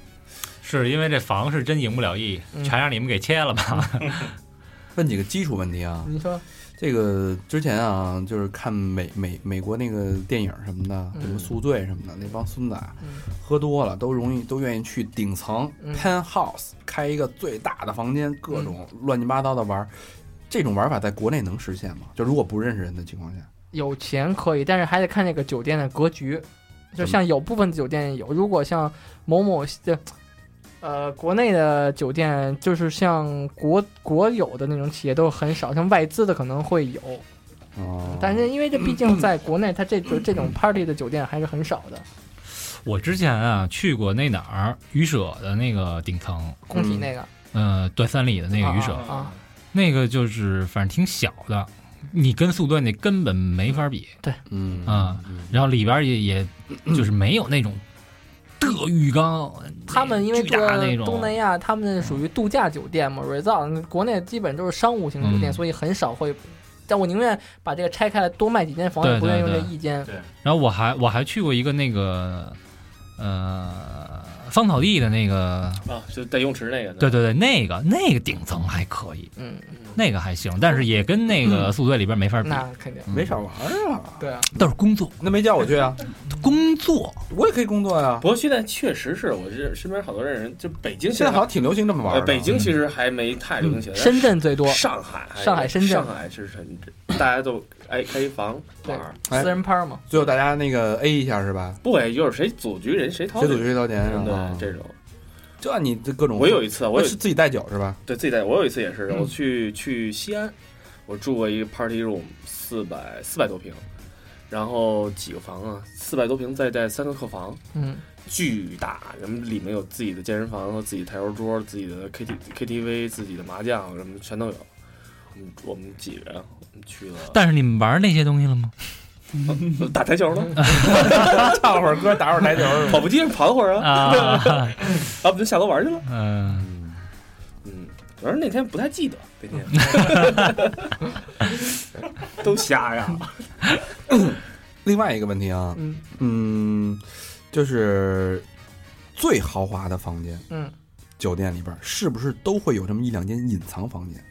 S5: 是因为这房是真赢不了意，
S6: 嗯
S5: 全让你们给切了吧？
S3: 问几个基础问题啊。
S6: 你说，
S3: 这个之前啊，就是看美美美国那个电影什么的，
S6: 嗯
S3: 什么宿醉什么的，那帮孙子啊，
S6: 嗯
S3: 喝多了都容易都愿意去顶层、
S6: 嗯
S3: penthouse 开一个最大的房间，各种
S2: 嗯
S3: 乱七八糟的玩儿。这种玩法在国内能实现吗？就如果不认识人的情况下，
S6: 有钱可以，但是还得看那个酒店的格局。就像有部分酒店有，如果像某某这，呃，国内的酒店就是像国国有的那种企业都很少，像外资的可能会有。
S2: 嗯
S3: 哦
S6: 但是因为这毕竟在国内，它这个这种 party 的酒店还是很少的，
S5: 我之前啊去过那哪儿鱼舍的那个顶层，
S6: 工体那个
S5: 呃，段三里的那个鱼舍，
S6: 啊啊啊，
S5: 那个就是反正挺小的，你跟速顿那根本没法比
S3: 嗯
S5: 啊、然后里边也 也就是没有那种的浴缸，
S6: 他们因为
S5: 巨
S6: 这
S5: 大
S6: 个
S5: 那种
S6: 东南亚，他们属于度假酒店嘛，resort，国内基本都是商务型酒店，
S5: 嗯
S6: 所以很少会。但我宁愿把这个拆开来多卖几间房，
S5: 对
S6: 也不愿意用
S5: 对
S6: 这
S5: 对
S6: 一间。
S5: 然后我还我还去过一个那个呃芳草地的那个，
S2: 啊，就在游泳池那个。
S5: 对，对对，那个那个顶层还可以，
S6: 嗯，
S5: 那个还行，但是也跟那个宿醉里边没法比，
S6: 那肯定。
S3: 没少玩啊，
S6: 对啊，
S5: 都是工作
S3: 那没叫我去 啊，
S5: 工作，
S3: 我也可以工作呀。
S2: 不过现在确实是我这身边好多人，就北京
S3: 现在好
S2: 像
S3: 像挺流行这么玩
S2: 呃
S3: 的，
S2: 北京其实还没太流行起来，
S6: 嗯深圳最多，
S2: 上海还、
S6: 上海深圳
S2: 上海是深圳，大家都哎开一房
S6: 对
S2: 玩儿，
S3: 哎
S6: 私人趴嘛。
S3: 最后大家那个 A 一下是吧？
S2: 不管就是谁组局人谁掏
S3: 谁
S2: 的，
S3: 组啊织谁掏钱是吧
S2: 嗯对？这种。
S3: 就按你这各种，
S2: 我有一次，我有
S3: 是自己带酒是吧？
S2: 对自己在，我有一次也是，
S6: 嗯
S2: 我去去西安，我住过一个 party room，四百四百多平，然后几个房啊，四百多平再带三个客房，
S6: 嗯，
S2: 巨大，什么里面有自己的健身房和自己台球桌、自己的 K T K T V、自己的麻将什么全都有。我们我们几个人我们去了，
S5: 但是你们玩那些东西了吗？
S2: 呃打台球呢，
S3: 唱会儿歌，打会儿台球是吧？
S2: 跑步机上跑会儿啊，
S5: 啊，
S2: 啊不就下楼玩去了？
S5: 嗯，
S2: 嗯，主要是那天不太记得那天， 都瞎呀。
S3: 另外一个问题啊，
S6: 嗯
S3: 嗯，就是最豪华的房间，
S6: 嗯，
S3: 酒店里边儿是不是都会有这么一两间隐藏房间？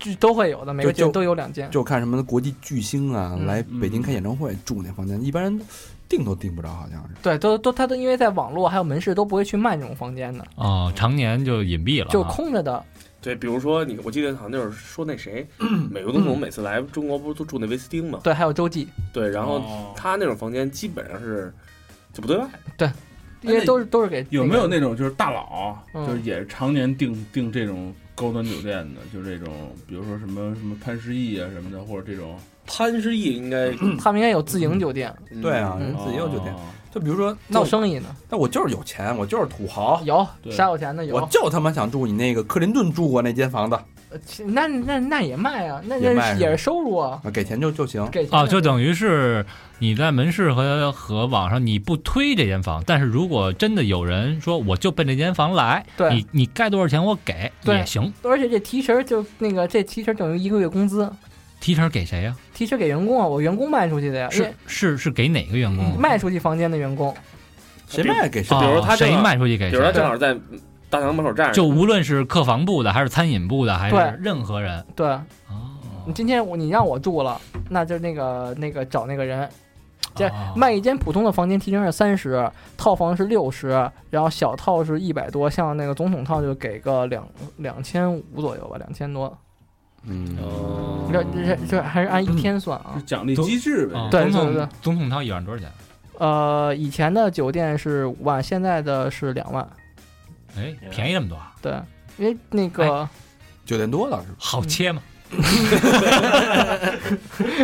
S6: 就都会有的，每个
S3: 就
S6: 酒都有两间。
S3: 就看什么国际巨星啊
S6: 嗯
S3: 来北京开演唱会住那房间，一般人订都订不着，好像是。
S6: 对，都都他都因为在网络还有门市都不会去卖这种房间的，
S5: 哦，常年就隐蔽了啊，
S6: 就空着的。
S2: 对，比如说你，我记得好像就是说那 谁，美国总统每次来中国不是都住那威斯汀嘛？
S6: 对，还有洲际，
S2: 对，然后
S7: 哦
S2: 他那种房间基本上是就不对外，
S6: 因为都是都是给
S4: 有没有
S6: 那
S4: 那种就是大佬，
S6: 嗯
S4: 就是也是常年订订这种高端酒店的，就是这种，比如说什么什么潘石屹啊什么的，或者这种
S2: 潘石屹应该
S6: 个他们应该有自营酒店
S3: 对啊，
S6: 嗯
S3: 人自己有酒店。
S4: 哦
S3: 就比如说，那
S6: 做
S3: 我
S6: 生意呢？
S3: 那我就是有钱，我就是土豪，
S6: 有
S4: 对
S6: 啥有钱的
S3: 我
S6: 有，
S3: 就他妈想住你那个克林顿住过那间房子，
S6: 呃其那那那也卖啊，那
S3: 也卖
S6: 那
S3: 是吧
S6: 是也是收入啊，
S3: 啊给钱就就行。
S6: 给
S5: 哦，就等于是你在门市和和网上你不推这间房，但是如果真的有人说我就奔这间房来，
S6: 对
S5: 你你盖多少钱我给
S6: 对
S5: 也行，
S6: 而且这提成就那个这提成等于一个月工资，
S5: 提成给谁呀、
S6: 提成给员工啊，我员工卖出去的呀，因
S5: 是
S6: 为
S5: 是是给哪个员工啊？
S6: 卖出去房间的员工，
S3: 谁卖给谁？
S5: 哦
S2: 比如他这
S5: 谁
S2: 样
S5: 卖出去给
S2: 比如他
S6: 啊
S5: 谁？
S2: 正好在大堂门口站着，
S5: 就无论是客房部的，还是餐饮部的，还
S6: 对
S5: 是任何人
S6: 对
S5: 哦，
S6: 你今天我你让我住了，那就那个那个找那个人，这
S5: 哦
S6: 卖一间普通的房间提成是三十，套房是六十，然后小套是一百多，像那个总统套就给个两两千五左右吧，两千多，
S3: 嗯，
S2: 哦
S6: 这这这还是按一天算啊
S4: 是。奖励机制呗
S5: 哦。
S6: 对
S5: 总
S6: 对对
S5: 统总统套一晚多少钱？
S6: 呃，以前的酒店是五万，现在的是两万，
S5: 哎，便宜这么多啊，
S6: 对，因为那个、
S3: 酒店多了是吧？
S5: 好切吗？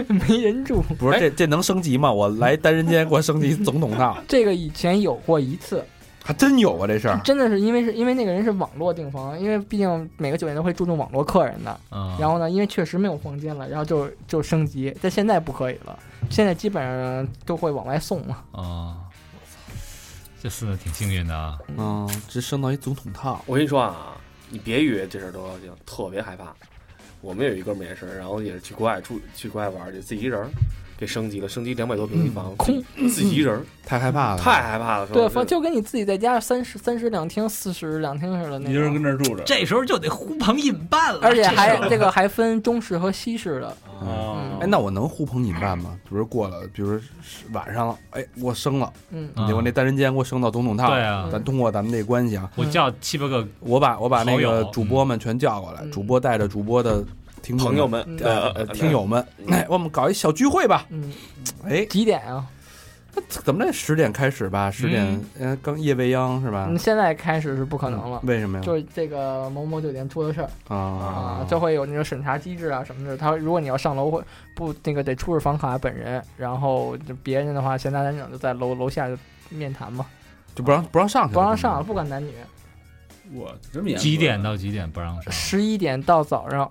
S6: 没人住。
S3: 不是这这能升级吗？我来单人间，给我升级总 统套，
S6: 这个以前有过一次，
S3: 还真有啊这事儿。
S6: 真的是因为是因为那个人是网络订房，因为毕竟每个酒店都会注重网络客人的。
S5: 嗯，
S6: 然后呢，因为确实没有房间了，然后就就升级，但现在不可以了，现在基本上都会往外送嘛。
S5: 哦，这次挺幸运的啊。
S3: 嗯，直升到一总统套，
S2: 我跟你说啊，你别以为这事儿多高兴，特别害怕。我们有一哥们儿也是，然后也是去国外住，去国外玩儿，就自己一人儿给升级了，升级两百多平一房，
S6: 嗯空嗯
S2: 自己一人儿，
S3: 太害怕了。
S2: 太害怕了。说
S6: 对，
S2: 这
S6: 房就跟你自己在家三十三室两厅、四室两厅似的那
S4: 一个人跟
S6: 种，
S4: 这儿住着，
S5: 这时候就得呼朋引伴了
S6: 而且还这个还分中式和西式的。
S4: 哦
S3: 哎，那我能呼朋引伴吗？比如过了，比如是晚上了，哎，我升了，
S6: 嗯，
S5: 啊
S3: 你我那单人间给我升到总统套。
S5: 对啊，
S3: 咱通过咱们这关系啊，
S5: 我叫七八个
S3: 我把我把那
S5: 好
S3: 个
S5: 友
S3: 主播们全叫过来，
S6: 嗯
S3: 主播带着主播的听众
S2: 朋友，们
S6: 嗯，
S3: 呃，呃听友们，哎，我们搞一小聚会吧。
S6: 嗯，
S3: 哎，
S6: 几点啊？
S3: 怎么着十点开始吧？十点，呃，刚夜未央是吧
S6: 嗯，？现在开始是不可能了，
S3: 为什么呀？
S6: 就是这个某某酒店出的事儿
S3: 嗯啊，
S6: 啊，就会有那种审查机制啊什么的。他如果你要上楼会不那个得出示房卡本人，然后就别人的话，闲杂人等就在楼楼下就面谈嘛，
S3: 就不让不让上去，
S6: 不让上，。不管男女。
S4: 我这么严格啊
S5: 几点到几点不让上？
S6: 十一点到早上，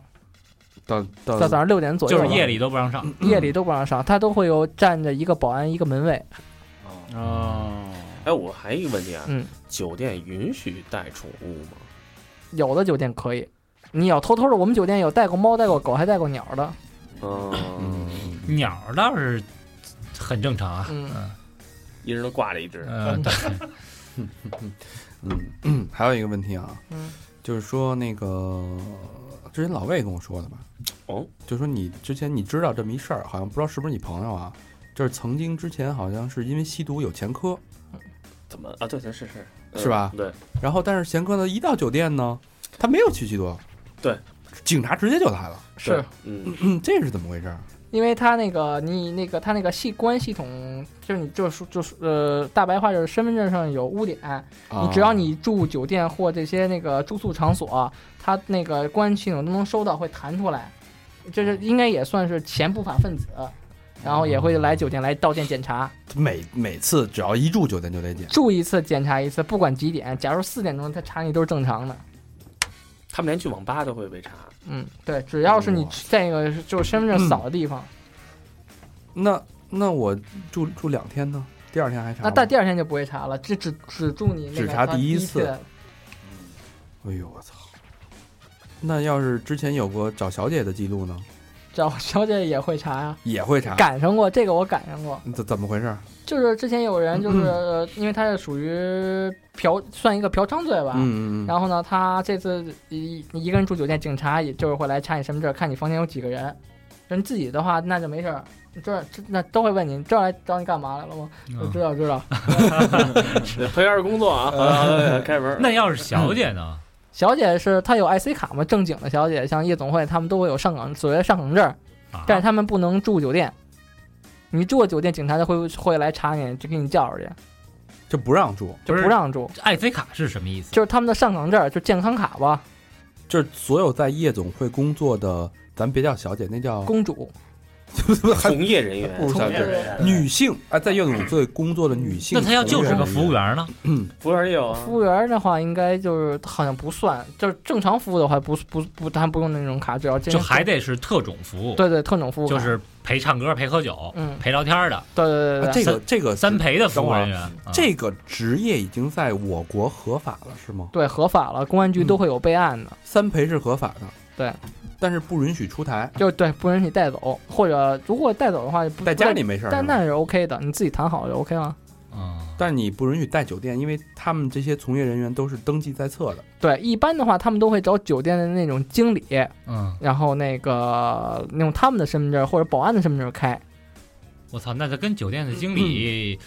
S3: 到到
S6: 到早上六点左右
S5: 就
S6: 吧，
S5: 是夜里都不让上。
S6: 夜里都不让上，他都会有站着一个保安一个门卫。
S2: 啊。
S4: 啊？
S2: 哎，我还有一个问题啊，
S6: 嗯
S2: 酒店允许带宠物吗？
S6: 有的酒店可以，你要偷偷的，我们酒店有带过猫、带过狗，还带过鸟的。
S2: 嗯，
S5: 鸟儿倒是很正常啊，
S6: 嗯，
S2: 一人都挂着一只。
S5: 呃，
S3: 嗯，还有一个问题啊，
S6: 嗯，
S3: 就是说那个之前老魏跟我说的吧，
S2: 哦，
S3: 就说你之前你知道这么一事儿，好像不知道是不是你朋友啊，就是曾经之前好像是因为吸毒有前科，
S2: 怎么啊？对，是是是，嗯
S3: 是吧
S2: 对，
S3: 然后但是前科呢一到酒店呢，他没有去吸毒，
S2: 对，
S3: 警察直接就来了，
S6: 是
S2: 嗯，
S3: 嗯，这是怎么回事儿？
S6: 因为他那个你那个他那个系公安系统，就是你就是就是呃大白话就是身份证上有污点，
S3: 啊
S6: 你只要你住酒店或这些那个住宿场所，他那个公安系统都能收到，会弹出来，这是应该也算是前不法分子，
S3: 啊
S6: 然后也会来酒店来到店检查，
S3: 每每次只要一住酒店就得检，
S6: 住一次检查一次，不管几点，假如四点钟他查你都是正常的。
S2: 他们连去网吧都会被查。
S6: 嗯，对，只要是你
S3: 哇
S6: 在那个就是身份证扫的地方，
S3: 嗯那那我住住两天呢，第二天还查吗，
S6: 那到第二天就不会查了，只只只住你那个
S3: 只查
S6: 他
S3: 第
S6: 第
S3: 一次
S6: 次。
S3: 哎呦我操！那要是之前有过找小姐的记录呢，
S6: 找 小姐也会查呀、
S3: 也会查。
S6: 赶上过这个我赶上过，
S3: 怎怎么回事？
S6: 就是之前有人就是、呃因为他是属于嫖算一个嫖娼罪吧。
S3: 嗯嗯嗯。
S6: 然后呢，他这次一你一个人住酒店，警察也就是会来查你身份证，看你房间有几个人。人自己的话，那就没事儿，这这那都会问你，这来找你干嘛来了吗？我
S5: 嗯
S6: 知道知道。
S2: 陪员工作啊，好好好开门。
S5: 那要是小姐呢？
S6: 小姐是她有 IC 卡嘛，正经的小姐，像夜总会他们都会有上岗所谓的上岗证儿，
S5: 啊
S6: 嗯但是他们不能住酒店。你住了酒店，警察就会会来查你，就给你叫出去，
S3: 就不让住，
S6: 就
S5: 不是
S6: 不让住。
S5: 爱妃卡是什么意思？
S6: 就是他们的上岗证儿，就健康卡吧，
S3: 就是所有在夜总会工作的，咱别叫小姐，那叫
S6: 公主。
S2: 从业人员
S3: 不如小
S6: 从业
S3: 姐，
S6: 人
S3: 女性啊，在夜总会工作的女性。
S5: 那他要就是个服务
S3: 员，
S5: 员呢？
S2: 服务员也有啊
S6: 服。务员儿的话，应该就是好像不算，就是正常服务的话不不不，他不用那种卡，只要
S5: 就还得是特种服务，
S6: 对对特种服务卡，
S5: 就是陪唱歌、陪喝酒、
S6: 嗯，
S5: 陪聊天的
S6: 对对对
S3: 啊
S6: 对
S3: 这
S6: 对，
S3: 个这个
S5: 三陪的服务人
S3: 等会儿
S5: 员。啊
S3: 这个职业已经在我国合法了，是吗？
S6: 对合法了，公安
S3: 嗯
S6: 局都会有备案的，
S3: 三陪是合法的，
S6: 对，
S3: 但是不允许出台，
S6: 就对不允许带走，或者如果带走的话，不
S3: 在家里没事儿。
S6: 但
S3: 是吧
S6: 那是 OK 的，你自己谈好就 OK 了。
S5: 嗯，
S3: 但你不允许带酒店，因为他们这些从业人员都是登记在册的。
S6: 对，一般的话，他们都会找酒店的那种经理，
S5: 嗯，
S6: 然后那个用他们的身份证或者保安的身份证开。
S5: 我操，那他跟酒店的经
S6: 嗯
S5: 理，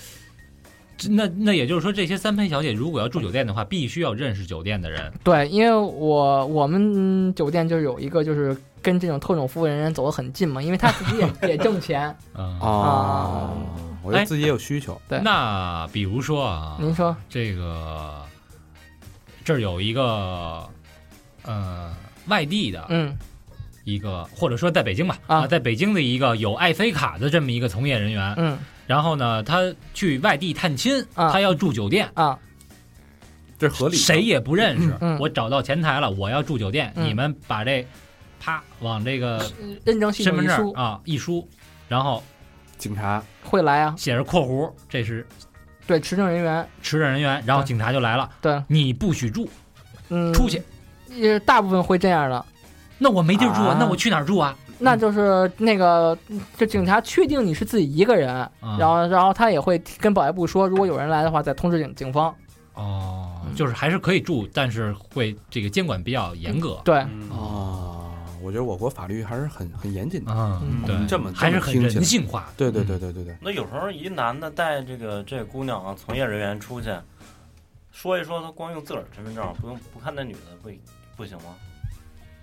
S5: 这那那也就是说，这些三陪小姐如果要住酒店的话，必须要认识酒店的人。
S6: 对，因为我我们酒店就是有一个就是跟这种特种服务人员走得很近嘛，因为他自己 也也挣钱。
S5: 嗯，
S6: 啊，
S3: 哦我觉
S5: 哎
S3: 得自己也有需求。
S6: 对嗯
S5: 那比如说啊，
S6: 您说
S5: 这个这儿有一个呃外地的
S6: 嗯，
S5: 一个，或者说在北京吧
S6: 啊
S5: 在北京的一个有爱妃卡的这么一个从业人员，
S6: 嗯
S5: 然后呢，他去外地探亲，
S6: 啊
S5: 他要住酒店。
S6: 啊，
S3: 这合理。
S5: 谁也不认识，
S6: 嗯
S5: 我找到前台了，我要住酒店，
S6: 嗯
S5: 你们把这，啪往这个
S6: 认证系
S5: 身份
S6: 统一
S5: 证
S6: 输
S5: 啊一输，然后
S3: 警察
S6: 会来啊，
S5: 写着括弧，这是
S6: 对，持证人员
S5: 持证人员，然后警察就来了，
S6: 对，
S5: 你不许住，
S6: 嗯，
S5: 出去。
S6: 也大部分会这样的。
S5: 那我没地儿住啊
S3: 啊，
S5: 那我去哪儿住啊？
S6: 那就是那个，就警察确定你是自己一个人，
S5: 啊
S6: 然后然后他也会跟保卫部说，如果有人来的话，再通知警警方。
S5: 哦，就是还是可以住，但是会这个监管比较严格。
S6: 对，
S4: 嗯
S3: 啊，我觉得我国法律还是很很严谨的。
S5: 哦嗯，对，
S3: 这么
S5: 还是很人。
S3: 这么听起来
S5: 性嗯化的。
S3: 对对对对对对，
S7: 那有时候一男的带这个这姑娘啊，从业人员出去，说一说他光用自个儿身份证，不用不看那女的不不行吗？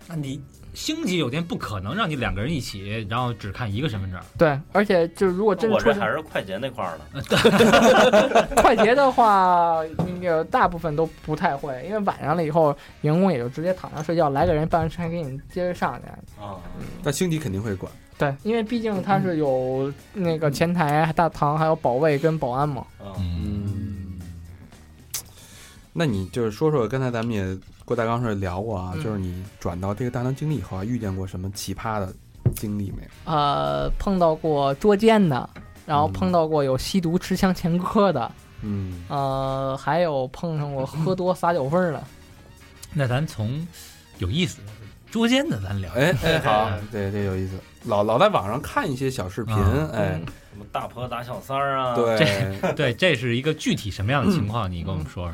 S5: 那你星级酒店不可能让你两个人一起，然后只看一个身份证。
S6: 对，而且就是如果真是
S7: 我
S6: 出嗯
S7: 这
S6: 现
S7: 还是快捷那块儿的，
S6: 快捷的话，那个大部分都不太会，因为晚上了以后，员工也就直接躺下睡觉，来个人办完事还给你接着上去。
S7: 啊，
S3: 但星级肯定会管。
S6: 对，因为毕竟它是有那个前台、大堂，还有保卫跟保安嘛。
S7: 嗯，
S3: 嗯，那你就是说说，刚才咱们也郭大纲是聊过啊，
S6: 嗯
S3: 就是你转到这个大堂经理以后啊，遇见过什么奇葩的经历没有？
S6: 呃，碰到过捉奸的，然后
S3: 嗯
S6: 碰到过有吸毒、持枪、前科的，
S3: 嗯，
S6: 呃，还有碰上过喝多撒酒疯儿的。
S5: 那咱从有意思的捉奸的 咱聊，
S3: 哎哎，好，对，这有意思。老老在网上看一些小视频，
S5: 啊
S3: 哎，
S6: 嗯
S7: 什么大婆打小三儿
S3: 嗯
S7: 啊，，
S3: 对，
S5: 对，这是一个具体什么样的情况？你跟我们说说。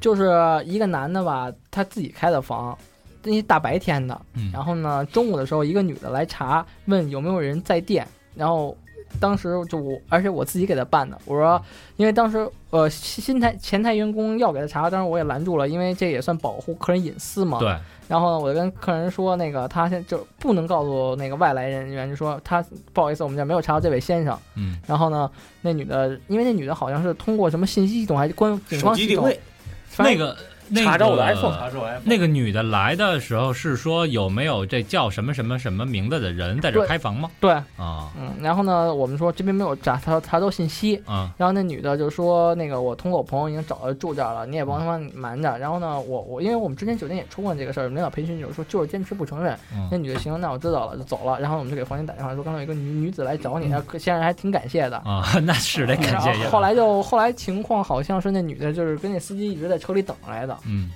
S6: 就是一个男的吧，他自己开的房，那些大白天的，
S5: 嗯，
S6: 然后呢，中午的时候，一个女的来查，问有没有人在店。然后当时就我，而且我自己给她办的。我说，因为当时呃新新台前台员工要给她查，当时我也拦住了，因为这也算保护客人隐私嘛。。
S5: 对，
S6: 然后呢，我就跟客人说，那个他现在就不能告诉那个外来人员，就说他不好意思，我们这儿没有查到这位先生。
S5: 嗯，
S6: 然后呢，那女的，因为那女的好像是通过什么信息系统还是官警
S2: 手
S6: 方
S2: 机
S6: 系
S2: 定
S6: 统
S2: 位，
S6: 反正
S5: 那个那
S2: 查着我的
S5: 个
S2: iPhone，
S7: 查出来
S5: 那个女的来的时候是说有没有这叫什么什么什么名字的人在这儿
S6: 对
S5: 开房吗？
S6: 对，
S5: 啊
S6: 嗯，然后呢，我们说这边没有查查查到信息，
S5: 啊
S6: 然后那女的就说：“那个我通过我朋友已经找到住这儿了，你也甭他妈
S5: 嗯
S6: 瞒着。”然后呢，我我因为我们之前酒店也出过这个事儿，我们领导培训就是说就是坚持不承认。那
S5: 嗯
S6: 女的行，那我知道了，就走了。然后我们就给房间打电话说，刚才有一个女女子来找
S5: 嗯
S6: 你，她先生还挺感谢的。
S5: 啊， 那是得感谢一
S6: 然
S5: 下。
S6: 后后来就后来情况好像是那女的就是跟那司机一直在车里等着来的，
S5: 嗯，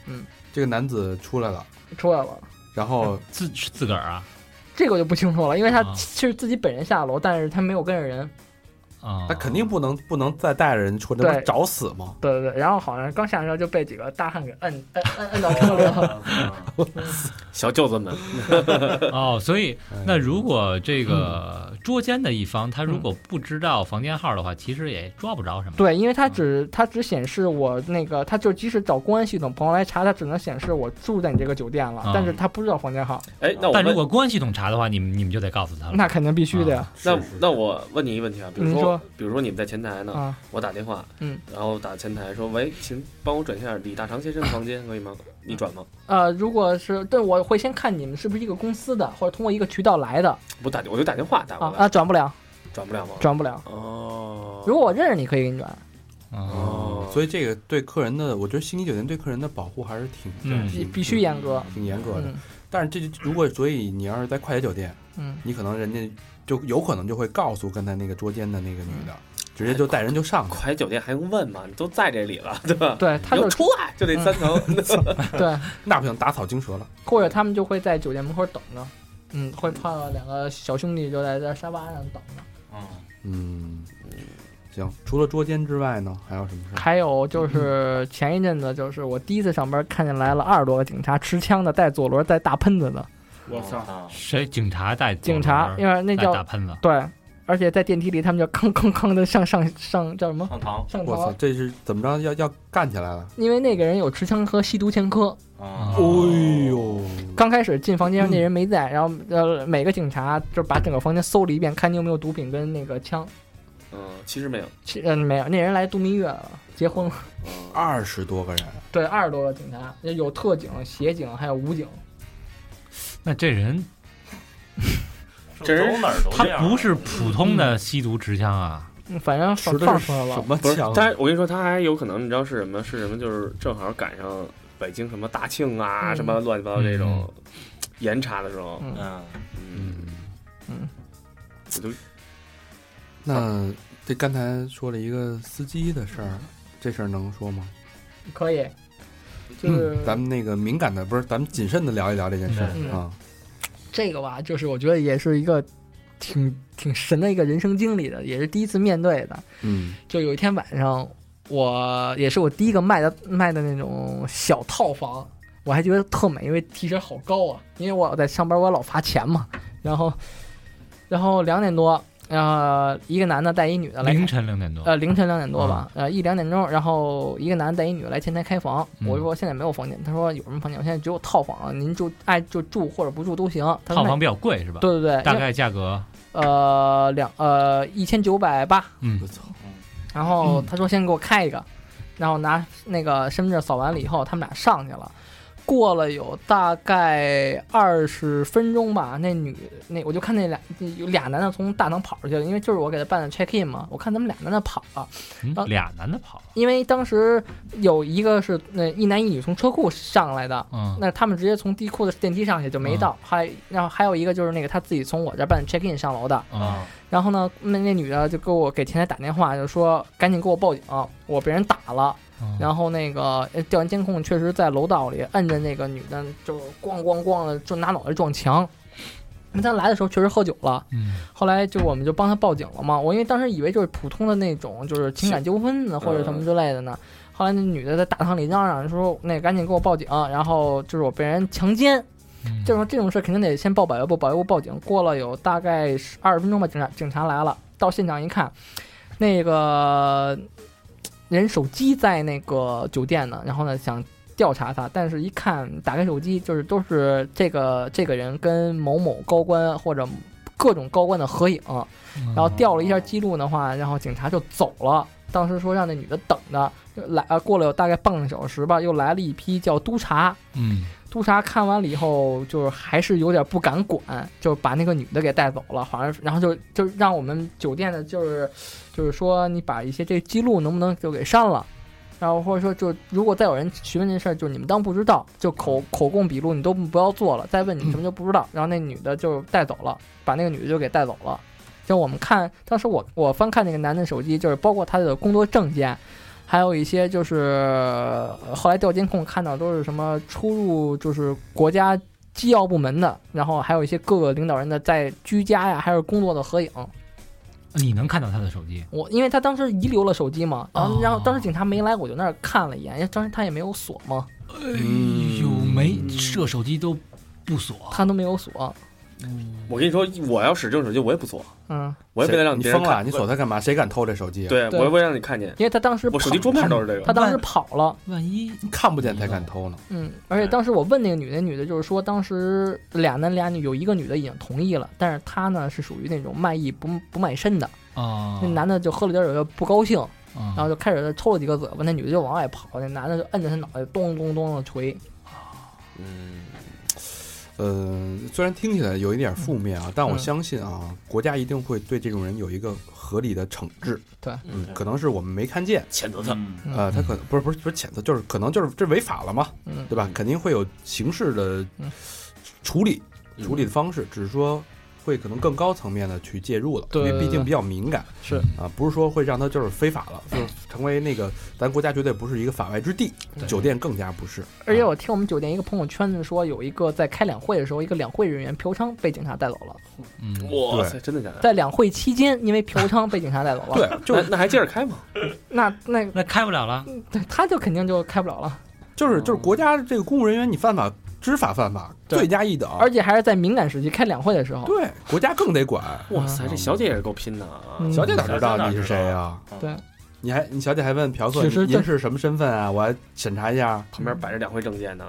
S3: 这个男子出来了，
S6: 出来了。
S3: 然后
S5: 自是自个儿啊
S6: 这个我就不清楚了，因为她
S5: 啊
S6: 是自己本人下楼，但是她没有跟着人。
S5: 啊，
S3: 他肯定不能不能再带着人出来，那不是
S6: 对
S3: 找死吗？
S6: 对对对，然后好像刚下车就被几个大汉给摁摁摁摁到车里了。
S2: 小舅子们，
S5: 哦，所以
S3: 哎
S5: 那如果这个捉奸的一方他如果不知道房间号的话，其实也抓不着什么。
S6: 对，因为它只它只显示我那个，它就即使找公安系统朋友来查，它只能显示我住在你这个酒店了，
S5: 啊
S6: 但是他不知道房间号，
S2: 哎，那我
S5: 但如
S2: 问，
S5: 果公安系统查的话，你们你们就得告诉他了。
S6: 那肯定必须的呀。
S2: 那那我问你一个问题啊，比如
S6: 您
S2: 说
S6: 说，
S2: 比如说你们在前台呢，
S6: 啊，
S2: 我打电话，
S6: 嗯，
S2: 然后打前台说，喂，请帮我转一下李大长先生的房间，可以吗？你转吗？
S6: 呃，如果是对，我会先看你们是不是一个公司的，或者通过一个渠道来的
S2: 我打我就打电话打过
S6: 啊
S2: 来，
S6: 啊，转不了，
S2: 转不了吗？
S6: 转不了。
S2: 哦，
S6: 如果我认识你，可以给你转，
S5: 嗯
S2: 哦，
S3: 所以这个对客人的，我觉得星级酒店对客人的保护还是挺
S5: 嗯
S6: 必
S3: 挺
S6: 必须严格。
S3: 挺严格的。
S6: 嗯
S3: 但是这就如果所以你要是在快捷酒店，
S6: 嗯，
S3: 你可能人家就有可能就会告诉刚才那个捉奸的那个女的，
S6: 嗯
S3: 直接就带人就上去。
S2: 快捷酒店还用问吗？你都在这里了，对吧？
S6: 对，他
S2: 你
S6: 就
S2: 就出来，嗯就那三 层。
S6: 对，
S3: 那不行，打草惊蛇了。
S6: 或者他们就会在酒店门口等着，嗯，会碰到两个小兄弟就在在沙发上等着。
S7: 嗯，
S3: 嗯，行。除了捉奸之外呢，还有什么事儿？
S6: 还有就是前一阵子，就是我第一次上班，看见来了二十多个警察，持枪的，带左轮，带大喷子的
S4: 我操，
S7: 啊，
S5: 谁警察带左
S6: 警
S5: 轮
S6: 察，因为那
S5: 带大
S6: 叫
S5: 喷子，
S6: 对，而且在电梯里，他们就吭吭吭的上上上叫什么
S7: 上堂，
S6: 上
S3: 我操
S6: 逃，，
S3: 这是怎么着？要要干起来了！
S6: 因为那个人有持枪和吸毒前科。
S7: 啊，
S2: 哦
S3: 哎呦，
S6: 刚开始进房间那人没在，然后呃每个警察就把整个房间搜了一遍，看你有没有毒品跟那个枪。
S2: 嗯，其实没有。
S6: 其嗯、没有，那人来度蜜月了，结婚了。
S2: 嗯
S3: 二十多个人，
S6: 对，二十多个警察，有特警、协警还有武警。
S5: 那这人
S7: 这人哪儿都
S5: 他
S7: 这样，啊
S5: 不是普通的吸毒持枪啊，
S6: 嗯反正
S3: 持
S6: 放
S3: 的
S6: 放
S3: 是
S6: 出来了
S3: 什，么
S2: 不是
S3: 枪，啊？
S2: 但是我跟你说，他还有可能，你知道是什么？是什么？就是正好赶上北京什么大庆啊，
S6: 嗯
S2: 什么乱七八糟这种严查的时候，
S6: 嗯
S7: 嗯，
S2: 嗯，
S3: 嗯，
S2: 我就
S3: 那这刚才说了一个司机的事儿，这事儿能说吗？
S6: 可以，就是、
S3: 嗯咱们那个敏感的不是，咱们谨慎的聊一聊这件事儿
S6: 嗯
S3: 啊。
S6: 这个吧，就是我觉得也是一个挺挺神的一个人生经历的，也是第一次面对的。
S3: 嗯
S6: 就有一天晚上，我也是我第一个卖的卖的那种小套房，我还觉得特美，因为提成好高啊。因为我在上班，我老罚钱嘛。然后，然后两点多然后一个男的带一女的来
S5: 凌晨两点多。
S6: 呃，凌晨两点多
S5: 嗯
S6: 吧，呃，一两点钟，然后一个男的带一女来前台开房。我
S5: 嗯
S6: 说现在没有房间，他说有什么房间？我现在只有套房，您住爱就住或者不住都行。他说
S5: 套
S6: 那
S5: 房比较贵是吧？
S6: 对对对，
S5: 大
S6: 因为
S5: 概价格，
S6: 呃两呃一千九百八。
S5: 嗯
S2: 我操，
S6: 然后他说先给我开一个，然后拿那个身份证扫完了以后，他们俩上去了。过了有大概二十分钟吧，那女那我就看那俩有俩男的从大堂跑出去了，因为就是我给他办的 check in 嘛，我看他们俩男的跑啊了，
S5: 嗯
S6: 当
S5: 俩男的跑了，
S6: 因为当时有一个是那一男一女从车库上来的，
S5: 嗯，
S6: 那他们直接从地库的电梯上去就没到，还然后还有一个就是那个他自己从我这儿办 check in 上楼的，
S5: 啊，
S6: 然后呢，那那女的就给我给前台打电话，就说赶紧给我报警，我被人打了。
S5: 嗯
S6: 然后那个呃调完监控，确实在楼道里摁着那个女的，就是咣咣咣的就拿脑袋撞墙。因为他来的时候确实喝酒了，
S5: 嗯
S6: 后来就我们就帮他报警了嘛。我因为当时以为就是普通的那种就是情感纠纷啊呢或者什么之类的呢。后来那女的在大堂里嚷嚷说：“那赶紧给我报警！”然后就是我被人强奸，
S5: 嗯
S6: 这种这种事肯定得先报保卫部，保卫部报警。过了有大概十二十分钟吧，警察警察来了，到现场一看，那个人手机在那个酒店呢，然后呢想调查他，但是一看打开手机，就是都是这个这个人跟某某高官或者各种高官的合影，
S5: 嗯
S6: 然后调了一下记录的话，然后警察就走了。当时说让那女的等着，来呃过了有大概半个小时吧，又来了一批叫督察，
S5: 嗯，
S6: 督察看完了以后，就是还是有点不敢管，就把那个女的给带走了，好像是，然后就就让我们酒店的，就是就是说你把一些这记录能不能就给删了，然后或者说就如果再有人询问这事儿，就你们当不知道，就口口供笔录你都不要做了，再问你什么就不知道，然后那女的就带走了，把那个女的就给带走了。就我们看，当时我我翻看那个男的手机，就是包括他的工作证件，还有一些就是呃后来调监控看到都是什么出入，就是国家机要部门的，然后还有一些各个领导人的在居家呀，还有工作的合影。
S5: 你能看到他的手机，
S6: 我因为他当时遗留了手机嘛，然后
S5: 哦
S6: 然后当时警察没来，我就那儿看了一眼，因为当时他也没有锁嘛，
S5: 哎呦，没这手机都不锁，
S6: 他都没有锁，
S2: 我跟你说，我要使这种手机，我也不锁，
S6: 嗯，
S2: 我也为了让
S3: 你
S2: 别
S3: 疯
S2: 人
S3: 了，
S2: 看，
S3: 你锁它干嘛？谁敢偷这手机啊？，
S2: 对，
S6: 对
S2: 我也为了让你看见，
S6: 因为他当时
S2: 我手机
S6: 跑
S2: 桌面都是这
S6: 他
S2: 个，
S6: 当时跑了，
S5: 万一
S3: 看不见才敢偷呢。
S6: 嗯，而且当时我问那个女的，女的就是说，当时俩男俩女有一个女的已经同意了，但是她呢是属于那种卖艺不不卖身的，
S5: 啊
S2: 哦
S6: 那，男的就喝了点酒就不高兴，
S5: 啊
S6: 然后就开始抽了几个嘴巴，那女的就往外跑，那男的就摁着她脑袋咚咚咚的捶，
S2: 嗯，
S3: 呃，虽然听起来有一点负面啊，但我
S6: 嗯
S3: 相信啊，国家一定会对这种人有一个合理的惩治。
S6: 对
S3: 嗯，可能是我们没看见，
S2: 谴责他，
S4: 嗯
S3: 呃，他可能不是不是不是谴责，就是可能就是这违法了嘛，
S6: 嗯，
S3: 对吧？肯定会有刑事的
S6: 嗯
S3: 处理处理的方式，只是说会可能更高层面的去介入了，因
S6: 对
S3: 为毕竟比较敏感
S6: 是嗯
S3: 啊，不是说会让他就是非法了，就是成为那个咱国家绝对不是一个法外之地，酒店更加不是。
S6: 而且
S3: 啊
S6: 我听我们酒店一个朋友圈子说，有一个在开两会的时候，一个两会人员嫖娼被警察带走了，
S5: 嗯，
S2: 哇塞，真的假的？
S6: 在两会期间因为嫖娼被警察带走了，
S3: 啊对，就
S2: 那
S3: 是
S2: 那还接着开吗？
S6: 那那
S5: 那开不了了，
S6: 对他就肯定就开不了了，
S3: 就是就是国家这个公务人员你犯法知法犯法，
S6: 哦对
S3: 罪加一等，
S6: 而且还是在敏感时期开两会的时候，
S3: 啊对国家更得管。
S2: 哇塞，这小姐也是够拼的啊！
S6: 嗯
S3: 小姐哪
S7: 小姐
S3: 知道
S7: 哪
S3: 你是
S7: 知
S3: 谁
S7: 道
S3: 啊？
S7: 嗯
S6: 对
S3: 你还你小姐还问嫖客
S6: 只是
S3: 您
S6: 在
S3: 是什么身份啊？我还审查一下。
S2: 旁边摆着两回证件呢，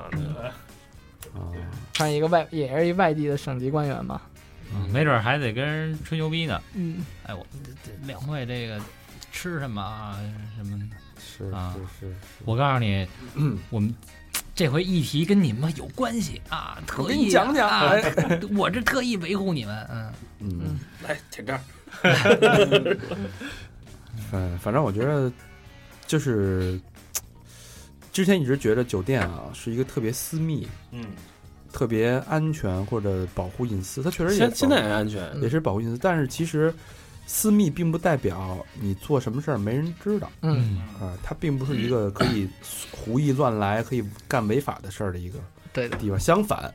S3: 啊，
S6: 看一个外也是一外地的省级官员嘛，
S5: 嗯没准还得跟人吹牛逼呢。
S6: 嗯，
S5: 哎，我这这两会这个吃什么啊？什么？
S3: 是
S5: 啊
S3: 是
S5: 我告诉你，
S3: 嗯
S5: 我们这回议题跟你们有关系啊，特意
S3: 我给你讲讲
S5: 啊
S3: 哎，
S5: 我这特意维护你们，嗯，
S3: 嗯，
S2: 来舔哎这儿，
S3: 反反正我觉得就是之前一直觉得酒店啊是一个特别私密、
S7: 嗯，
S3: 特别安全或者保护隐私，它确实也
S2: 现
S3: 保
S2: 现在也安全，
S3: 也是保护隐私，但是其实私密并不代表你做什么事儿没人知道
S6: 嗯，
S3: 啊、它并不是一个可以胡意乱来、可以干违法的事儿的一个
S6: 对的，
S3: 地方。相反，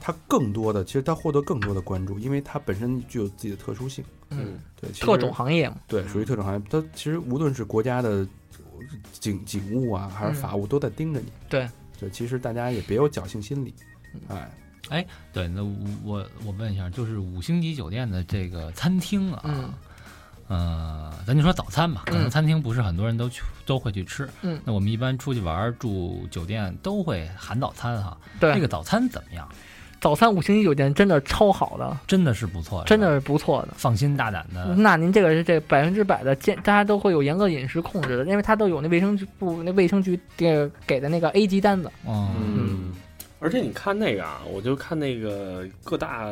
S3: 它更多的其实它获得更多的关注，因为它本身具有自己的特殊性。
S6: 嗯，
S3: 对，其实
S6: 特种行业嘛，
S3: 对，属于特种行业。它其实无论是国家的警警务啊，还是
S6: 嗯
S3: 法务，都在盯着你。
S6: 对嗯
S3: 对，其实大家也别有侥幸心理。哎，
S5: 对，那我我我问一下，就是五星级酒店的这个餐厅啊，
S6: 嗯
S5: 呃，咱就说早餐吧，可能
S6: 嗯
S5: 餐厅不是很多人都去都会去吃。
S6: 嗯
S5: 那我们一般出去玩儿住酒店都会含早餐哈。
S6: 对
S5: 这个早餐怎么样？
S6: 早餐五星级酒店真的超好的，
S5: 真的是不错，
S6: 真
S5: 是吧
S6: 的是嗯不错的。
S5: 放心大胆的。
S6: 那您这个是这百分之百的健，大家都会有严格饮食控制的，因为它都有那卫生局部那卫生局给给的那个 A 级单子。
S5: 嗯，
S4: 嗯，
S2: 而且你看那个啊，我就看那个各大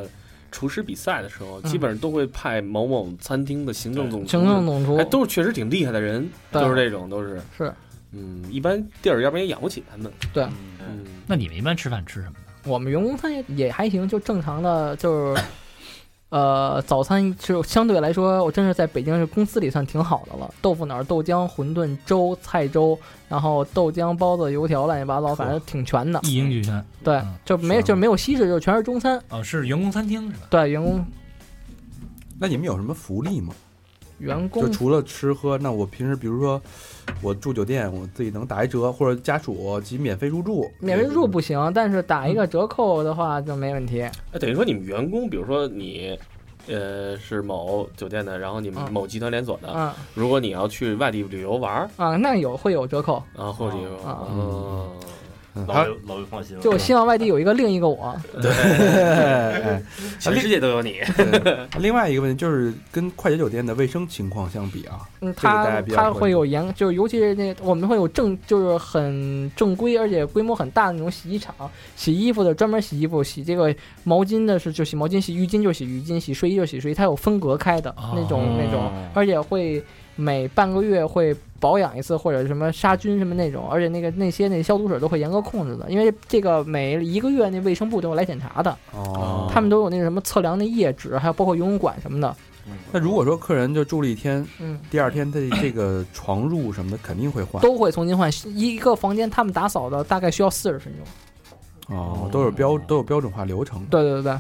S2: 厨师比赛的时候，
S6: 嗯
S2: 基本上都会派某某餐厅的行政总厨，
S6: 行政总厨
S2: 哎，都是确实挺厉害的人，
S6: 对
S2: 都是这种，都是
S6: 是，
S2: 嗯，一般地儿要不然也养不起他们，
S7: 嗯
S2: 嗯，
S5: 那你们一般吃饭吃什么？
S6: 我们员工餐也也还行，就正常的，就是呃早餐就相对来说，我真是在北京是公司里算挺好的了。豆腐脑、豆浆、馄饨、粥、菜粥，然后豆浆、包子、油条，乱七八糟，反正挺全的。
S5: 一应俱全。
S6: 对
S5: 嗯，
S6: 就没
S5: 是
S6: 就没有西式，就全是中餐。
S5: 哦，是员工餐厅是吧？
S6: 对，员工
S3: 那你们有什么福利吗？
S6: 员工
S3: 嗯就除了吃喝，那我平时比如说我住酒店，我自己能打一折，或者家属及免费入住，
S6: 免费入不行，但是打一个折扣的话就没问题。
S2: 哎，等于说你们员工，比如说你，呃，是某酒店的，然后你们
S6: 嗯
S2: 某集团连锁的，
S6: 嗯
S3: 啊
S2: 如果你要去外地旅游玩儿
S6: 啊，那有会有折扣。
S2: 啊，或者有，
S6: 啊
S2: 嗯，
S7: 老刘老刘放心了，
S6: 就我希望外地有一个另一个我。
S3: 哎
S2: 全世界都有你，
S3: 对另外一个问题就是跟快捷酒店的卫生情况相比啊，
S6: 嗯，
S3: 这个大
S6: 它
S3: 家比较
S6: 它
S3: 关
S6: 会
S3: 注
S6: 有严，就是尤其是那我们会有正，就是很正规而且规模很大的那种洗衣厂，洗衣服的专门洗衣服，洗这个毛巾的是就洗毛巾，洗浴巾就洗浴巾，洗睡衣就洗睡衣，它有分隔开的
S3: 啊
S6: 那种那种，
S4: 哦
S6: 而且会每半个月会保养一次或者什么杀菌什么那种，而且那个那些那消毒水都会严格控制的，因为这个每一个月那卫生部都有来检查的，
S3: 哦
S6: 他们都有那什么测量那液脂，还有包括游泳馆什么的，
S3: 那如果说客人就住了一天，
S6: 嗯。
S3: 第二天他这个床褥什么的肯定会换
S6: 都会重新换一个房间，他们打扫的大概需要四十分钟。
S3: 哦，都有标都有标准化流程。
S6: 对对对对，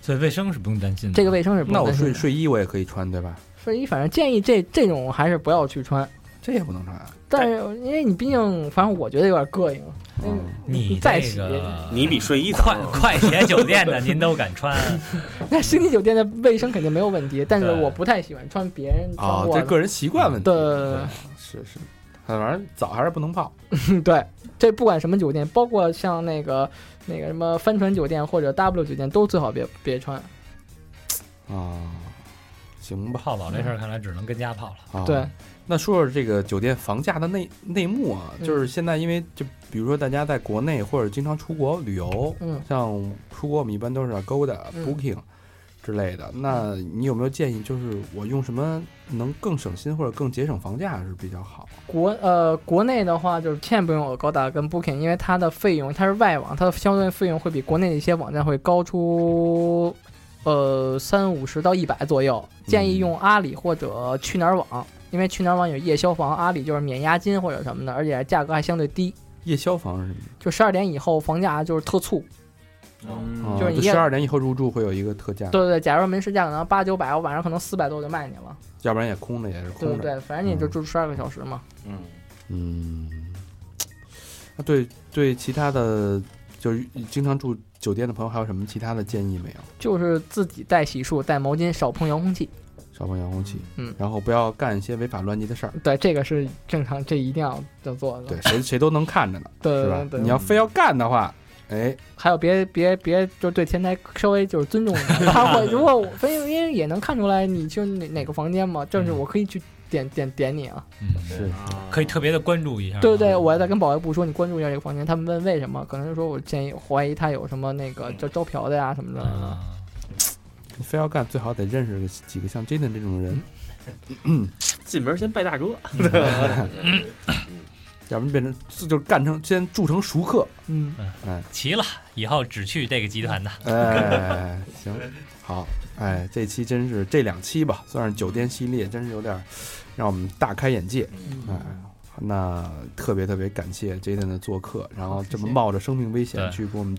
S5: 所以卫生是不用担心的。
S6: 这个卫生是不
S3: 那
S6: 用
S3: 我
S6: 担心
S3: 睡
S6: 的
S3: 睡衣我也可以穿对吧？
S6: 睡衣，反正建议这这种还是不要去穿。
S3: 这也不能穿啊。
S6: 但是因为你毕竟，反正我觉得有点膈应。嗯
S5: 你
S6: 再
S5: 这
S6: 洗
S5: 个
S2: 你比睡衣脏
S5: 快快捷酒店的您都敢 穿，
S6: 嗯那星级酒店的卫生肯定没有问题，但是
S5: 对
S6: 我不太喜欢穿别人穿
S3: 哦，
S6: 过
S3: 这
S6: 的。
S3: 个人习惯问题。
S6: 对对
S3: 是是，反正澡还是不能泡。
S6: 对对对，这不管什么酒店，包括像那个那个什么帆船酒店或者 W 酒店，都最好别别穿。
S3: 啊，行吧，
S5: 泡澡这事儿看来只能跟家泡了。
S3: 啊，
S6: 对。
S3: 那说说这个酒店房价的内内幕啊，
S6: 嗯
S3: 就是现在因为就比如说大家在国内或者经常出国旅游，
S6: 嗯，
S3: 像出国我们一般都是 Agoda、
S6: 嗯
S3: Booking 之类的，那你有没有建议，就是我用什么能更省心或者更节省房价是比较好？
S6: 国呃国内的话，就是千万不用有高达跟 Booking，因为它的费用它是外网，它的相对费用会比国内的一些网站会高出呃三五十到一百左右。建议用阿里或者去哪儿网，因为去哪儿网有夜宵房，阿里就是免押金或者什么的，而且价格还相对低，
S3: 夜宵房是什么？
S6: 就十二点以后房价就是特促。
S7: 嗯
S4: 嗯
S3: 啊
S6: 嗯就是你
S3: 十
S6: 夜
S3: 二点以后入住会有一个特价，
S6: 对对对，假如门市价可能八九百，我晚上可能四百多就卖你了，
S3: 要不然也空着也是
S6: 对
S3: 空
S6: 不
S3: 着。
S6: 对？反正你就住十二个小时嘛。
S7: 嗯，
S3: 嗯，那对对其他的，就是经常住酒店的朋友，还有什么其他的建议没有？
S6: 就是自己带洗漱、带毛巾，少碰遥控器。
S3: 少碰遥控器，
S6: 嗯
S3: 然后不要干一些违法乱纪的事儿。
S6: 对，这个是正常，这一定要要做的。
S3: 对，谁谁都能看着呢，
S6: 对
S3: 是
S6: 对
S3: 吧
S6: 对？对嗯
S3: 你要非要干的话，哎，
S6: 还有别别别，就是对前台稍微就是尊重一下。他会如果我因为因为也能看出来你去哪哪个房间嘛，正是我可以去点点点你啊，
S5: 嗯，
S3: 是
S5: 可以特别的关注一下。
S6: 对不对？我在跟保卫部说你关注一下这个房间，他们问为什么，可能就说我建议怀疑他有什么那个叫招嫖的呀什么的。
S5: 啊，
S3: 你非要干，最好得认识个几个像 Jaden 这种
S6: 嗯
S3: 人，
S2: 进门先拜大哥，
S3: 要不然变成就就干成先铸成熟客。
S6: 嗯，
S5: 齐了，以后只去这个集团的。
S3: 哎，行，好，哎，这期真是这两期吧，算是酒店系列，真是有点儿让我们大开眼界。哎，那特别特别感谢 Jaden 的做客，然后这么冒着生命危险
S5: 对
S3: 去给我们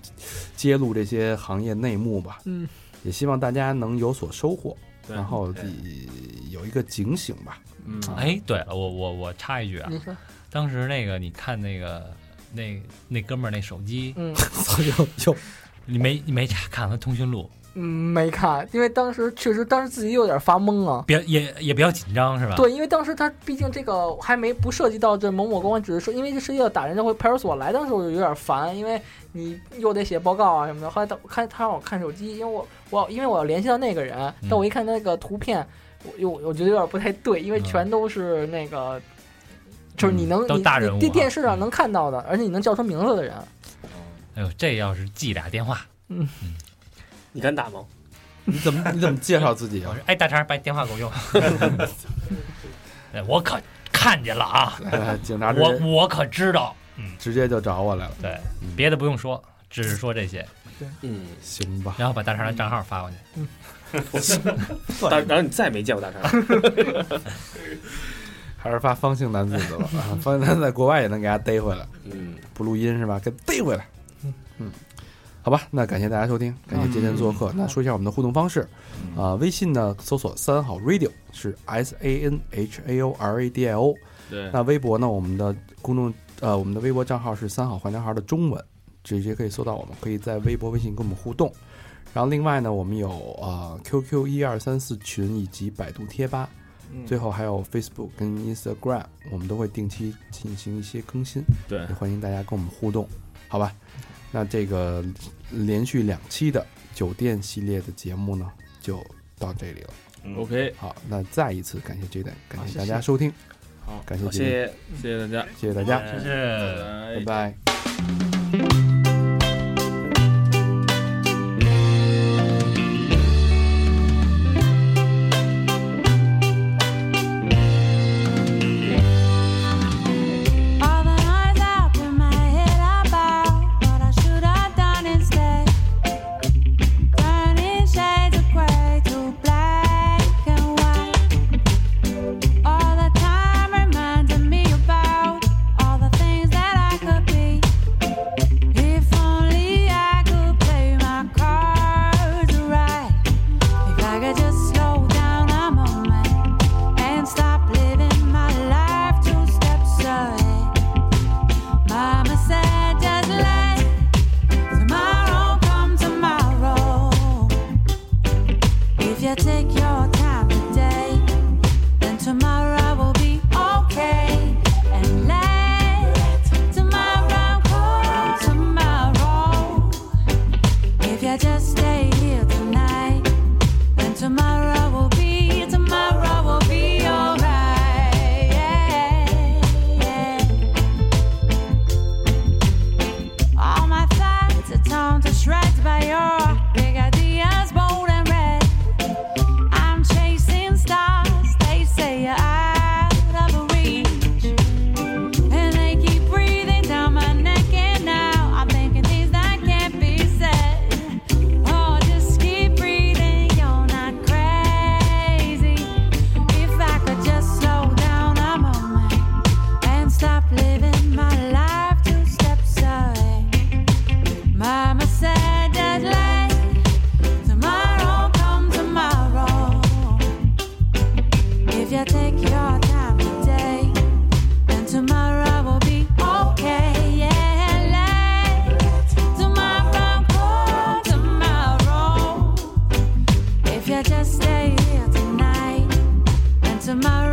S3: 揭露这些行业内幕吧。
S6: 嗯，
S3: 也希望大家能有所收获，
S7: 对
S3: 然后自己有一个警醒吧。
S7: 嗯
S5: 哎，对了，我我我插一句啊
S6: 你，说，
S5: 当时那个你看那个那那哥们儿那手机，
S6: 嗯，
S3: 操，又又
S5: 你没你没查看了通讯录，
S6: 嗯，没看，因为当时确实当时自己有点发懵啊。
S5: 别也也比较紧张是吧？，
S6: 对，因为当时他毕竟这个还没不涉及到这某某公安，只是说因为这涉及到打人就会派出所来，当时我就有点烦，因为你又得写报告啊什么的。后来他我看他让我看手机，因为我我因为我要联系到那个人，
S5: 嗯
S6: 但我一看那个图片，我又我觉得有点不太对，因为
S5: 嗯
S6: 全都是那个，就是你能、
S5: 都
S6: 你
S5: 大
S6: 你
S5: 人物
S6: 电
S5: 啊
S6: 电视上能看到的，而且你能叫出名字的人，
S5: 哎呦，这要是记俩电话，
S2: 你敢打吗？
S3: 你怎么你怎么介绍自己
S5: 我
S3: 啊？
S5: 说哎大肠把你电话给我 用，哎我可看见了啊，
S3: 哎警察直
S5: 我
S3: 接
S5: 我可知道，
S3: 直接就找我来了，
S5: 对，别的不用说，只是说这些，
S2: 嗯，
S3: 行吧？
S5: 然后把大肠的账号发过去。
S2: 但然后你再也没见过大 肠，
S3: 还是发方姓男子的了，啊方姓男子在国外也能给他逮回来，
S2: 嗯，
S3: 不录音是吧？给逮回来。嗯，好吧，那感谢大家收听，感谢今天做客。那说一下我们的互动方式，啊、微信呢搜索三好 radio 是 S A N H A O R A D I O，
S4: 对，
S3: 那微博呢，我们的公众呃我们的微博账号是三好坏男孩的中文，直接可以搜到我们，可以在微博、微信跟我们互动。然后另外呢，我们有啊、呃 QQ 一二三四群以及百度贴吧，最后还有 Facebook 跟 Instagram，我们都会定期进行一些更新，
S4: 对
S3: 也欢迎大家跟我们互动，好吧？那这个连续两期的酒店系列的节目呢，就到这里了。
S4: 嗯，OK，
S3: 好，那再一次感谢 J 蛋，感
S6: 好
S3: 谢
S6: 谢
S3: 大家收听，
S4: 好
S3: 感谢
S2: 好，谢
S3: J 蛋，
S2: 谢。
S4: 谢谢大家，
S3: 谢谢大家，
S5: 哎
S7: 谢
S3: 拜
S5: 是
S4: 拜。
S3: 拜。
S8: All the nights I put my head up out, what I should have done instead. Turning shades of grey to black and white. All the time reminding me about all the things that I could be. If only I could play my cards right. If I could just slow down a moment and stop living my life two steps ahead. Mama said, just let tomorrow come tomorrow. If you take your time today, then tomorrow will be okay. And let tomorrow come tomorrow. If you just stay here tonight. And tomorrow will be, tomorrow will be alright. All my thoughts are torn to shreds by your big ideas, bold and red. I'm chasing stars, they say you're out of reach. And they keep breathing down my neck, and now I'm thinking things that can't be said. Oh, just keep breathing, you're not crazy. If I could just slow down a moment and stop living my life two steps away. Mama said that let tomorrow come tomorrow. If you take your time today, then tomorrow will be okay. Yeah, let Tomorrow, oh, come tomorrow. If you just stay here tonight, and tomorrow Oh, Oh, Mm. mm-hmm.